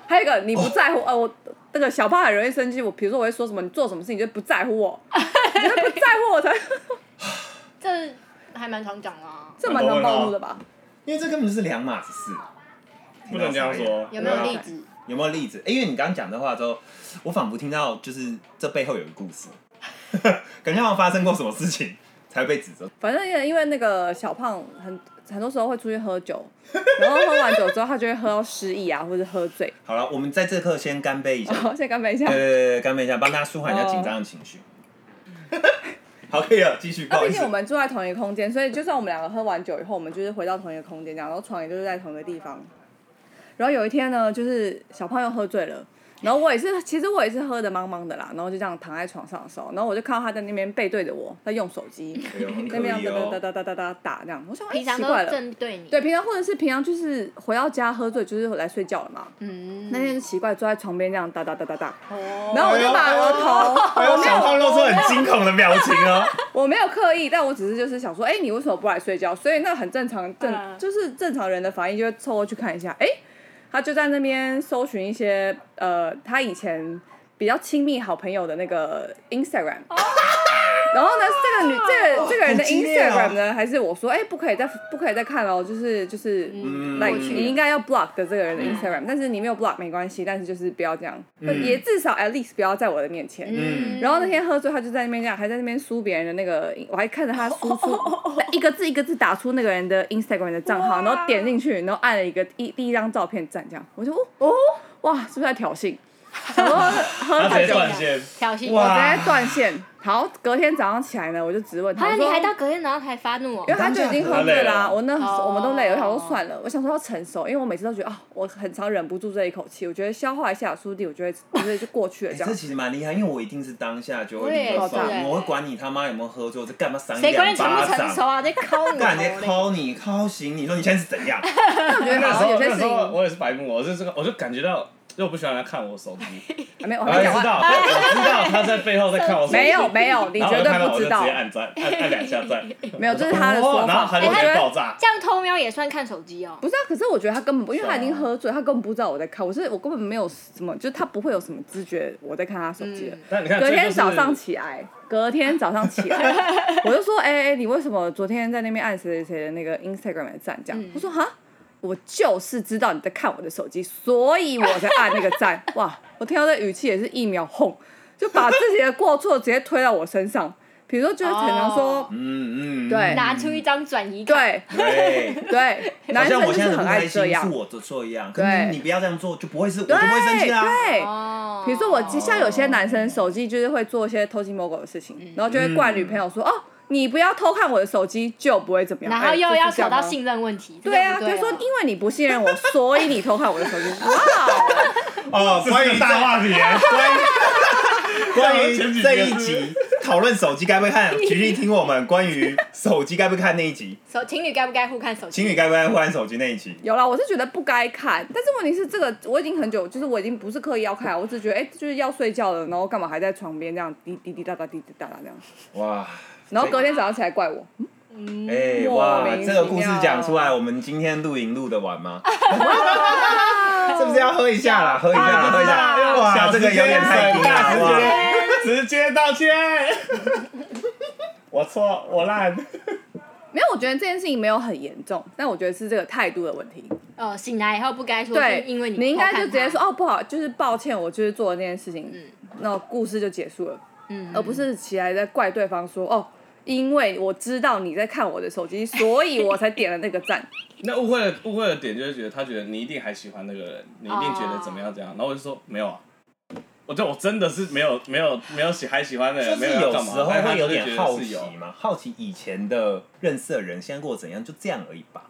[SPEAKER 3] 还有一个你
[SPEAKER 1] 哦
[SPEAKER 3] 不在乎，呃，我那个小胖很容易生气。我比如说我会说什么，你做什么事情就不在乎我，
[SPEAKER 2] (laughs)
[SPEAKER 3] 你就是不在乎我才，。
[SPEAKER 2] 这还蛮常讲的啊
[SPEAKER 3] 这蛮常暴怒的吧？
[SPEAKER 1] 因为这根本就是两码子事，
[SPEAKER 4] 不能这样说。
[SPEAKER 2] 有没有
[SPEAKER 4] 对
[SPEAKER 2] 例
[SPEAKER 4] 啊
[SPEAKER 2] 子？
[SPEAKER 1] 有没有例子？因为你刚刚讲的话之后，我仿佛听到就是这背后有个故事，感觉好像发生过什么事情才会被指责。
[SPEAKER 3] 反正因为那个小胖很很多时候会出去喝酒， (laughs) 然后喝完酒之后他就会喝到失忆啊，或者喝醉。
[SPEAKER 1] 好了，我们在这刻先干杯一下，
[SPEAKER 3] 好，先干杯一下
[SPEAKER 1] 对。对对对，干杯一下，帮大家舒缓一下紧张的情绪。好，可以了，继续。不
[SPEAKER 3] 那
[SPEAKER 1] 好意
[SPEAKER 3] 毕
[SPEAKER 1] 思
[SPEAKER 3] 竟我，们住在同一个空间，所以就算我们两个喝完酒以后，我们就是回到同一个空间这样，然后床也就是在同一个地方。然后有一天呢，就是小胖又喝醉了，然后我也是，其实我也是喝的茫茫的啦，然后就这样躺在床上的时候，然后我就看到他在那边背对着我，在用手
[SPEAKER 1] (laughs)
[SPEAKER 3] 机，
[SPEAKER 1] 哎呦很可
[SPEAKER 3] 那边
[SPEAKER 1] 以
[SPEAKER 3] 这样哒
[SPEAKER 1] 哦。
[SPEAKER 3] 哒哒哒哒哒打这样，我想哎、
[SPEAKER 2] 平常
[SPEAKER 3] 奇
[SPEAKER 2] 都
[SPEAKER 3] 怪了，
[SPEAKER 2] 正对你。
[SPEAKER 3] 对，平常或者是平常就是回到家喝醉就是来睡觉了嘛，
[SPEAKER 2] 嗯，
[SPEAKER 3] 那天就奇怪坐在床边这样哒哒哒哒哒，
[SPEAKER 2] 哦，
[SPEAKER 3] 然后我就把额头，
[SPEAKER 4] 还有小胖露出很惊恐的表情
[SPEAKER 3] (laughs)
[SPEAKER 4] 哦。
[SPEAKER 3] 我没有刻意，但我只是就是想说，哎、你为什么不来睡觉？所以那很正常，正、
[SPEAKER 2] 嗯
[SPEAKER 3] 就是正常人的反应就会凑过去看一下，哎、他就在那边搜寻一些呃，他以前比较亲密好朋友的那个 Instagram。然后呢，这个女，这个这个人的
[SPEAKER 1] 好激烈哦
[SPEAKER 3] Instagram 呢，还是我说，哎，不可以再不可以再看哦，就是就是
[SPEAKER 2] 嗯
[SPEAKER 3] ，like
[SPEAKER 2] 过去嗯
[SPEAKER 3] 你应该要 block 的这个人的 Instagram，但是你没有 block 没关系，但是就是不要这样，也至少 at least 不要在我的面前。
[SPEAKER 1] 嗯
[SPEAKER 3] 然后那天喝醉，他就在那边这样，还在那边输别人的那个，我还看着他输
[SPEAKER 2] (laughs)
[SPEAKER 3] 出一个字一个字打出那个人的 Instagram 的账号，然
[SPEAKER 2] (laughs)
[SPEAKER 3] 后点进去，然后按了一个一第一张照片赞，这样，我就哦哦哇，是不是在挑衅？
[SPEAKER 1] 他直接
[SPEAKER 2] 这个
[SPEAKER 1] 断线，
[SPEAKER 2] 挑衅。
[SPEAKER 3] 我
[SPEAKER 1] 哇
[SPEAKER 3] 直接断线。好，隔天早上起来呢，我就直问
[SPEAKER 2] 好
[SPEAKER 3] 他
[SPEAKER 2] 像
[SPEAKER 3] 说
[SPEAKER 2] 你还到隔天然后才发怒哦
[SPEAKER 3] 因为，他就已经喝醉啦、
[SPEAKER 1] 我
[SPEAKER 3] 我那时候
[SPEAKER 2] 哦
[SPEAKER 3] 我们都累了，我想说算了，我想说要成熟，因为我每次都觉得啊、我很常忍不住这一口气，我觉得消化一下，说不定我觉得就是就过去了
[SPEAKER 1] 欸
[SPEAKER 3] 这
[SPEAKER 1] 这
[SPEAKER 3] 样。
[SPEAKER 1] 其实蛮厉害，因为我一定是当下就会
[SPEAKER 2] 我也
[SPEAKER 1] 立刻
[SPEAKER 3] 是
[SPEAKER 1] 放
[SPEAKER 2] 欸
[SPEAKER 1] 我会管你他妈有没有喝醉，我这干嘛赏
[SPEAKER 2] 谁管
[SPEAKER 1] 两
[SPEAKER 2] 你成不
[SPEAKER 1] 巴
[SPEAKER 2] 成熟
[SPEAKER 1] 掌？
[SPEAKER 2] 啊？在敲你
[SPEAKER 1] 干你
[SPEAKER 2] 头嘞！
[SPEAKER 1] 敲你敲醒你，说你现在是怎样？
[SPEAKER 3] 但我觉得
[SPEAKER 4] 那
[SPEAKER 3] 好
[SPEAKER 4] 时
[SPEAKER 3] 像
[SPEAKER 4] 候
[SPEAKER 3] 有些
[SPEAKER 4] 那
[SPEAKER 3] 事
[SPEAKER 4] 时
[SPEAKER 3] 情，
[SPEAKER 4] 候
[SPEAKER 3] 啊
[SPEAKER 4] 我也是白目，哦我是这个，我就感觉到，因为我不喜欢人家看我
[SPEAKER 3] (laughs)
[SPEAKER 4] 手机，
[SPEAKER 3] 没有，我
[SPEAKER 4] 我
[SPEAKER 3] 还没
[SPEAKER 4] 知
[SPEAKER 3] 讲完。
[SPEAKER 4] 道，我知道他在背后在看我手机，
[SPEAKER 3] (laughs) 没有没有，你
[SPEAKER 4] 然后
[SPEAKER 3] 绝
[SPEAKER 4] 我
[SPEAKER 3] 对
[SPEAKER 4] 看到
[SPEAKER 3] 不
[SPEAKER 4] 我
[SPEAKER 3] 知
[SPEAKER 4] 就直
[SPEAKER 3] 道
[SPEAKER 4] 接，按赞，按按两下赞，
[SPEAKER 3] 没 (laughs) 有，这是他的说
[SPEAKER 4] 哦然后
[SPEAKER 3] 法
[SPEAKER 4] 他。就直接爆炸。
[SPEAKER 2] 这样偷瞄也算看手机哦。
[SPEAKER 3] 不是啊，可是我觉得他根本不，因为他已经
[SPEAKER 4] 是啊
[SPEAKER 3] 喝醉，他根本不知道我在看，我是我根本没有什么，就是他不会有什么知觉我在看他手机的。
[SPEAKER 2] 嗯
[SPEAKER 4] 但你看，
[SPEAKER 3] 隔
[SPEAKER 4] 这就
[SPEAKER 3] 天
[SPEAKER 4] 是
[SPEAKER 3] 早上起来，隔天早上起来，
[SPEAKER 4] (laughs)
[SPEAKER 3] 我就说，哎、哎、你为什么昨天在那边按谁谁谁的那个 Instagram 的赞？这样，
[SPEAKER 2] 嗯
[SPEAKER 3] 他说哈，我就是知道你在看我的手机，所以我才按那个赞。 (laughs) 哇，我听到这语气也是一秒轰，就把自己的过错直接推到我身上。比如说，就是很常
[SPEAKER 4] 哦
[SPEAKER 3] 说，
[SPEAKER 1] 嗯嗯，嗯
[SPEAKER 3] 对
[SPEAKER 2] 拿出一张转移卡，
[SPEAKER 3] 对
[SPEAKER 1] 对。
[SPEAKER 3] 对，
[SPEAKER 1] 好
[SPEAKER 3] 男生
[SPEAKER 1] 像
[SPEAKER 3] 就
[SPEAKER 1] 我现
[SPEAKER 3] 是
[SPEAKER 1] 在
[SPEAKER 3] 很
[SPEAKER 1] 很
[SPEAKER 3] 爱
[SPEAKER 1] 开
[SPEAKER 3] 这
[SPEAKER 1] 心，是
[SPEAKER 3] 样，
[SPEAKER 1] 我的错一样。可
[SPEAKER 3] 对
[SPEAKER 1] 是你不要这样做，就不会是我就
[SPEAKER 3] 对
[SPEAKER 1] 不会生气啦。
[SPEAKER 3] 对。
[SPEAKER 2] 哦，
[SPEAKER 3] 比如说我，像有些男生手机就是会做一些偷鸡摸狗的事情，然后就会怪女朋友说：“哦，你不要偷看我的手机，就不会怎么样。”
[SPEAKER 2] 然后又
[SPEAKER 3] 哎
[SPEAKER 2] 要
[SPEAKER 3] 就是这
[SPEAKER 2] 扯
[SPEAKER 3] 样
[SPEAKER 2] 到
[SPEAKER 3] 吗
[SPEAKER 2] 信任问题，
[SPEAKER 3] 对啊，
[SPEAKER 2] 这
[SPEAKER 3] 就
[SPEAKER 2] 个不
[SPEAKER 3] 说
[SPEAKER 2] 哦
[SPEAKER 3] 因为你不信任我，所以你偷看我的手机。哇哦，
[SPEAKER 1] 哦，
[SPEAKER 4] 这是个大话题，
[SPEAKER 1] 关于这一集讨论手机该不该
[SPEAKER 3] (laughs)
[SPEAKER 1] 看，请去听我们关于手机该不该看那一集，
[SPEAKER 2] 手情侣该不该互看手机？
[SPEAKER 1] 情侣该不该换手机那一集。
[SPEAKER 3] 有啦，我是觉得不该看，但是问题是这个我已经很久，就是我已经不是刻意要看，我只是觉得哎、就是要睡觉了，然后干嘛还在床边这样滴滴滴答答滴滴答答这样，
[SPEAKER 1] 哇，
[SPEAKER 3] 然后隔天早上起来怪我，
[SPEAKER 1] 哎
[SPEAKER 3] 莫
[SPEAKER 1] 哇
[SPEAKER 3] 名，其
[SPEAKER 1] 这
[SPEAKER 3] 妙
[SPEAKER 1] 个故事讲出来，我们今天露营录得完 (laughs) 吗？是不是要喝一下啦？喝一下啦，喝一下啦。哇，这个有点啊太低
[SPEAKER 4] 大
[SPEAKER 1] 了。
[SPEAKER 4] 直
[SPEAKER 1] 哇
[SPEAKER 4] 接直接道歉， (laughs) 我错，我烂。
[SPEAKER 3] 没有，我觉得这件事情没有很严重，但我觉得是这个态度的问题。
[SPEAKER 2] 哦，醒来以后不该说，
[SPEAKER 3] 对，
[SPEAKER 2] 是因为
[SPEAKER 3] 你
[SPEAKER 2] 你
[SPEAKER 3] 应该
[SPEAKER 2] 偷
[SPEAKER 3] 就
[SPEAKER 2] 看
[SPEAKER 3] 直接说
[SPEAKER 2] 他，
[SPEAKER 3] 哦，不好，就是抱歉，我就是做了那件事情，
[SPEAKER 4] 嗯
[SPEAKER 3] 那故事就结束了，
[SPEAKER 2] 嗯，
[SPEAKER 3] 而不是起来在怪对方说哦，因为我知道你在看我的手机，所以我才点了那个
[SPEAKER 4] (laughs)
[SPEAKER 3] 赞。
[SPEAKER 4] 那误会的误会的点就是觉得他觉得你一定还喜欢那个人，你一定觉得怎么样
[SPEAKER 1] 哦
[SPEAKER 4] 怎样，然后我就说没有啊，我就我真的是没有没有没有喜还喜欢的
[SPEAKER 1] 就
[SPEAKER 4] 人，没
[SPEAKER 1] 是
[SPEAKER 4] 有要
[SPEAKER 1] 有
[SPEAKER 4] 干
[SPEAKER 1] 时
[SPEAKER 4] 嘛，
[SPEAKER 1] 候
[SPEAKER 4] 但是他
[SPEAKER 1] 会
[SPEAKER 4] 就
[SPEAKER 1] 有
[SPEAKER 4] 是觉
[SPEAKER 1] 点
[SPEAKER 4] 得
[SPEAKER 1] 好
[SPEAKER 4] 是
[SPEAKER 1] 奇
[SPEAKER 4] 有。
[SPEAKER 1] 嘛，好奇以前的认识的人现在过得怎样，就这样而已吧。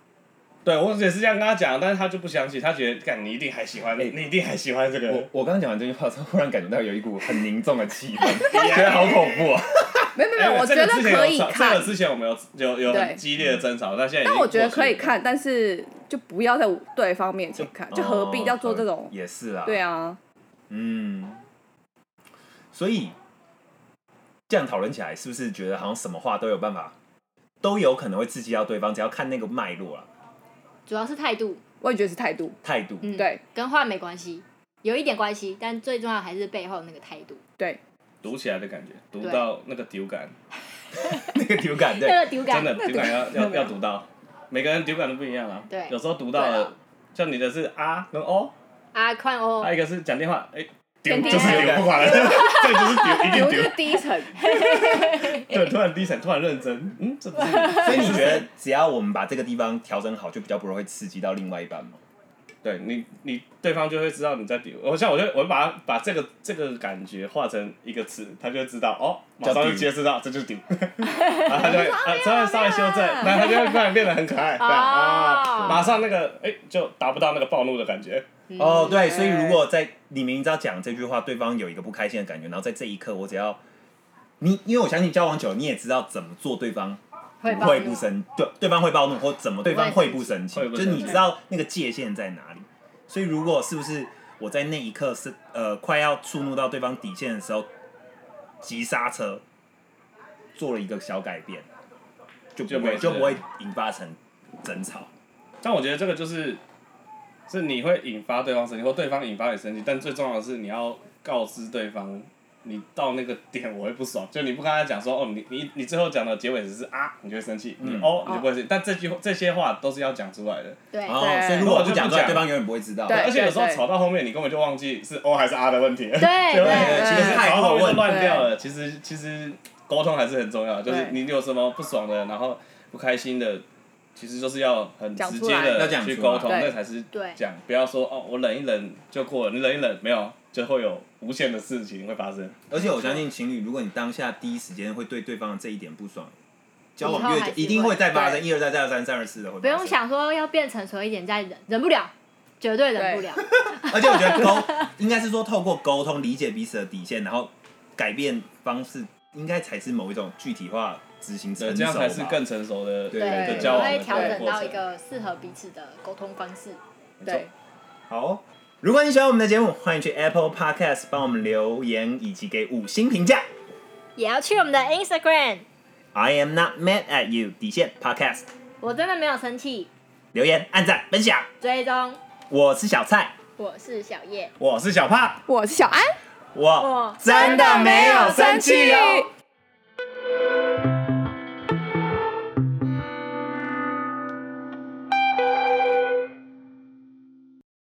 [SPEAKER 4] 对我也是这样跟他讲，但是他就不相信，他觉得干你一定还喜欢，
[SPEAKER 1] 哎
[SPEAKER 4] 你一定还喜欢这个人
[SPEAKER 1] 我。我刚刚讲完这句话之后，忽然感觉到有一股很凝重的气 (laughs) 氛，觉得好恐怖啊！
[SPEAKER 3] 没有没有，没
[SPEAKER 4] 哎
[SPEAKER 3] 有，我觉
[SPEAKER 4] 这个
[SPEAKER 3] 得
[SPEAKER 4] 之前有
[SPEAKER 3] 可以
[SPEAKER 4] 吵这
[SPEAKER 3] 看
[SPEAKER 4] 个，之前我们有有有
[SPEAKER 3] 对
[SPEAKER 4] 很激烈的争吵，但现在已经
[SPEAKER 3] 但我觉得可以
[SPEAKER 4] 过去了。
[SPEAKER 3] 看，但是就不要在对方面前看，就何必要做这
[SPEAKER 1] 哦
[SPEAKER 3] 种？
[SPEAKER 1] 也是啦，
[SPEAKER 3] 对啊，
[SPEAKER 1] 嗯，所以这样讨论起来，是不是觉得好像什么话都有办法，都有可能会刺激到对方？只要看那个脉络啦，
[SPEAKER 2] 主要是态度，
[SPEAKER 3] 我也觉得是态度。
[SPEAKER 1] 态度。
[SPEAKER 2] 嗯，
[SPEAKER 3] 对，
[SPEAKER 2] 跟话没关系，有一点关系，但最重要还是背后那个态度，
[SPEAKER 3] 对，
[SPEAKER 4] 读起来的感觉，读
[SPEAKER 2] 对
[SPEAKER 4] 到那个丢感，
[SPEAKER 1] (laughs) 那个流
[SPEAKER 2] (laughs)
[SPEAKER 1] 感，
[SPEAKER 2] 那
[SPEAKER 1] 对，
[SPEAKER 2] 个丢
[SPEAKER 4] 真
[SPEAKER 2] 感，
[SPEAKER 4] 的丢感要
[SPEAKER 3] (laughs)
[SPEAKER 4] 要
[SPEAKER 3] 对
[SPEAKER 4] 要读到，每个人丢感都不一样啊。
[SPEAKER 2] 对
[SPEAKER 4] 有时候读到
[SPEAKER 2] 对
[SPEAKER 4] 了
[SPEAKER 2] 啊，
[SPEAKER 4] 像你的是啊跟哦，
[SPEAKER 2] 啊，宽哦
[SPEAKER 4] 还有，一个是讲电话，哎，丢
[SPEAKER 2] 天天
[SPEAKER 4] 就是丢不管了， (laughs)
[SPEAKER 2] (laughs)
[SPEAKER 4] 对，就是丢，一
[SPEAKER 3] 我就
[SPEAKER 4] 定
[SPEAKER 3] 是
[SPEAKER 4] 丢。
[SPEAKER 3] 第一层，
[SPEAKER 4] 对，突然低沉，突然认真，嗯，这不是。
[SPEAKER 1] 所以你觉得只要我们把这个地方调整好，就比较不会刺激到另外一半吗？
[SPEAKER 4] 对你，你对方就会知道你在丢。我像我就我就把它把这个这个感觉化成一个词，他就会知道哦，马上
[SPEAKER 1] 叫
[SPEAKER 4] 就
[SPEAKER 1] 丢
[SPEAKER 4] 接知道这就是丢， (laughs) 然后他就会呃稍微稍微修正，然后他就会突然变得很可爱，对啊，
[SPEAKER 2] 哦
[SPEAKER 4] 啊马上那个哎就达不到那个暴怒的感觉。
[SPEAKER 1] 哦，对，
[SPEAKER 3] 对
[SPEAKER 1] 所以如果在你明知道讲这句话，对方有一个不开心的感觉，然后在这一刻，我只要你，因为我相信交往久，了，你也知道怎么做对方
[SPEAKER 2] 会
[SPEAKER 1] 会
[SPEAKER 2] 暴怒
[SPEAKER 1] 不生，对，对方会暴怒，或怎么对方会不生气，
[SPEAKER 4] 会不
[SPEAKER 1] 就
[SPEAKER 4] 生
[SPEAKER 1] 是
[SPEAKER 4] 气
[SPEAKER 1] 你知道那个界限在哪里。所以如果是不是我在那一刻是呃快要触怒到对方底线的时候，急刹车，做了一个小改变，就
[SPEAKER 4] 就
[SPEAKER 1] 不
[SPEAKER 4] 没
[SPEAKER 1] 会
[SPEAKER 4] 事
[SPEAKER 1] 就不会引发成争吵。
[SPEAKER 4] 但我觉得这个就是，是你会引发对方生气，或对方引发你生气，但最重要的是你要告知对方，你到那个点我会不爽，就你不跟他讲说哦，你你你最后讲的结尾只是啊，你就会生气，你
[SPEAKER 1] 嗯
[SPEAKER 4] 哦你就不会
[SPEAKER 3] 啊
[SPEAKER 4] 生气，但这句这些话都是要讲出来的，
[SPEAKER 2] 对，
[SPEAKER 1] 哦，所以如果我不讲出来，对方永远不会知道。
[SPEAKER 3] 对
[SPEAKER 4] 而且有时候
[SPEAKER 3] 对
[SPEAKER 4] 吵到后面你根本就忘记是哦还是啊的问题了，
[SPEAKER 2] 对
[SPEAKER 4] 就会
[SPEAKER 2] 对
[SPEAKER 4] 其实
[SPEAKER 1] 对
[SPEAKER 4] 吵到后面就乱
[SPEAKER 3] 对
[SPEAKER 4] 掉了，其实其实沟通还是很重要的，就是
[SPEAKER 3] 对
[SPEAKER 4] 你有什么不爽的，然后不开心的。其实就是要很
[SPEAKER 3] 讲
[SPEAKER 4] 直
[SPEAKER 3] 出
[SPEAKER 4] 接
[SPEAKER 3] 来
[SPEAKER 1] 要
[SPEAKER 4] 的
[SPEAKER 1] 讲
[SPEAKER 4] 去
[SPEAKER 1] 出
[SPEAKER 4] 沟
[SPEAKER 1] 来
[SPEAKER 4] 通，
[SPEAKER 3] 对
[SPEAKER 4] 那才是
[SPEAKER 2] 对
[SPEAKER 4] 讲，不要说哦，我忍一忍就过了，你忍一忍没有，就会有无限的事情会发生。
[SPEAKER 1] 而且我相信情侣，如果你当下第一时间会对对方的这一点不爽，交往
[SPEAKER 2] 以后
[SPEAKER 1] 越
[SPEAKER 2] 还
[SPEAKER 1] 久
[SPEAKER 2] 是
[SPEAKER 1] 一定会再发生，
[SPEAKER 2] 会
[SPEAKER 1] 一而再，再而三，三而四的会。
[SPEAKER 2] 不用。想说要变成熟一点再忍，忍不了，绝对忍不了。
[SPEAKER 1] (laughs) 而且我觉得沟应该是说透过沟通理解彼此的底线，然后改变方式，应该才是某一种具体化执行成
[SPEAKER 4] 对，
[SPEAKER 1] 熟
[SPEAKER 4] 这样才是
[SPEAKER 1] 吧
[SPEAKER 4] 更成熟的。
[SPEAKER 1] 对对
[SPEAKER 4] 对
[SPEAKER 2] 我
[SPEAKER 4] 交往
[SPEAKER 2] 会
[SPEAKER 4] 的
[SPEAKER 2] 调
[SPEAKER 4] 这个
[SPEAKER 2] 整
[SPEAKER 4] 过
[SPEAKER 2] 到
[SPEAKER 4] 程
[SPEAKER 2] 一个适合彼此的沟通方式。
[SPEAKER 4] (laughs)
[SPEAKER 3] 对，
[SPEAKER 1] 好哦。如果你喜欢我们的节目，欢迎去 Apple Podcast 帮我们留言以及给五星评价。
[SPEAKER 2] 也要去我们的 Instagram，
[SPEAKER 1] I am not mad at you 底线 Podcast
[SPEAKER 2] 我真的没有生气。
[SPEAKER 1] 留言、按赞、分享。
[SPEAKER 2] 追踪，
[SPEAKER 1] 我是小蔡，
[SPEAKER 2] 我是小叶。
[SPEAKER 1] 我是小胖，
[SPEAKER 3] 我是小安，
[SPEAKER 1] 我
[SPEAKER 2] 我
[SPEAKER 1] 真的没有生气哦。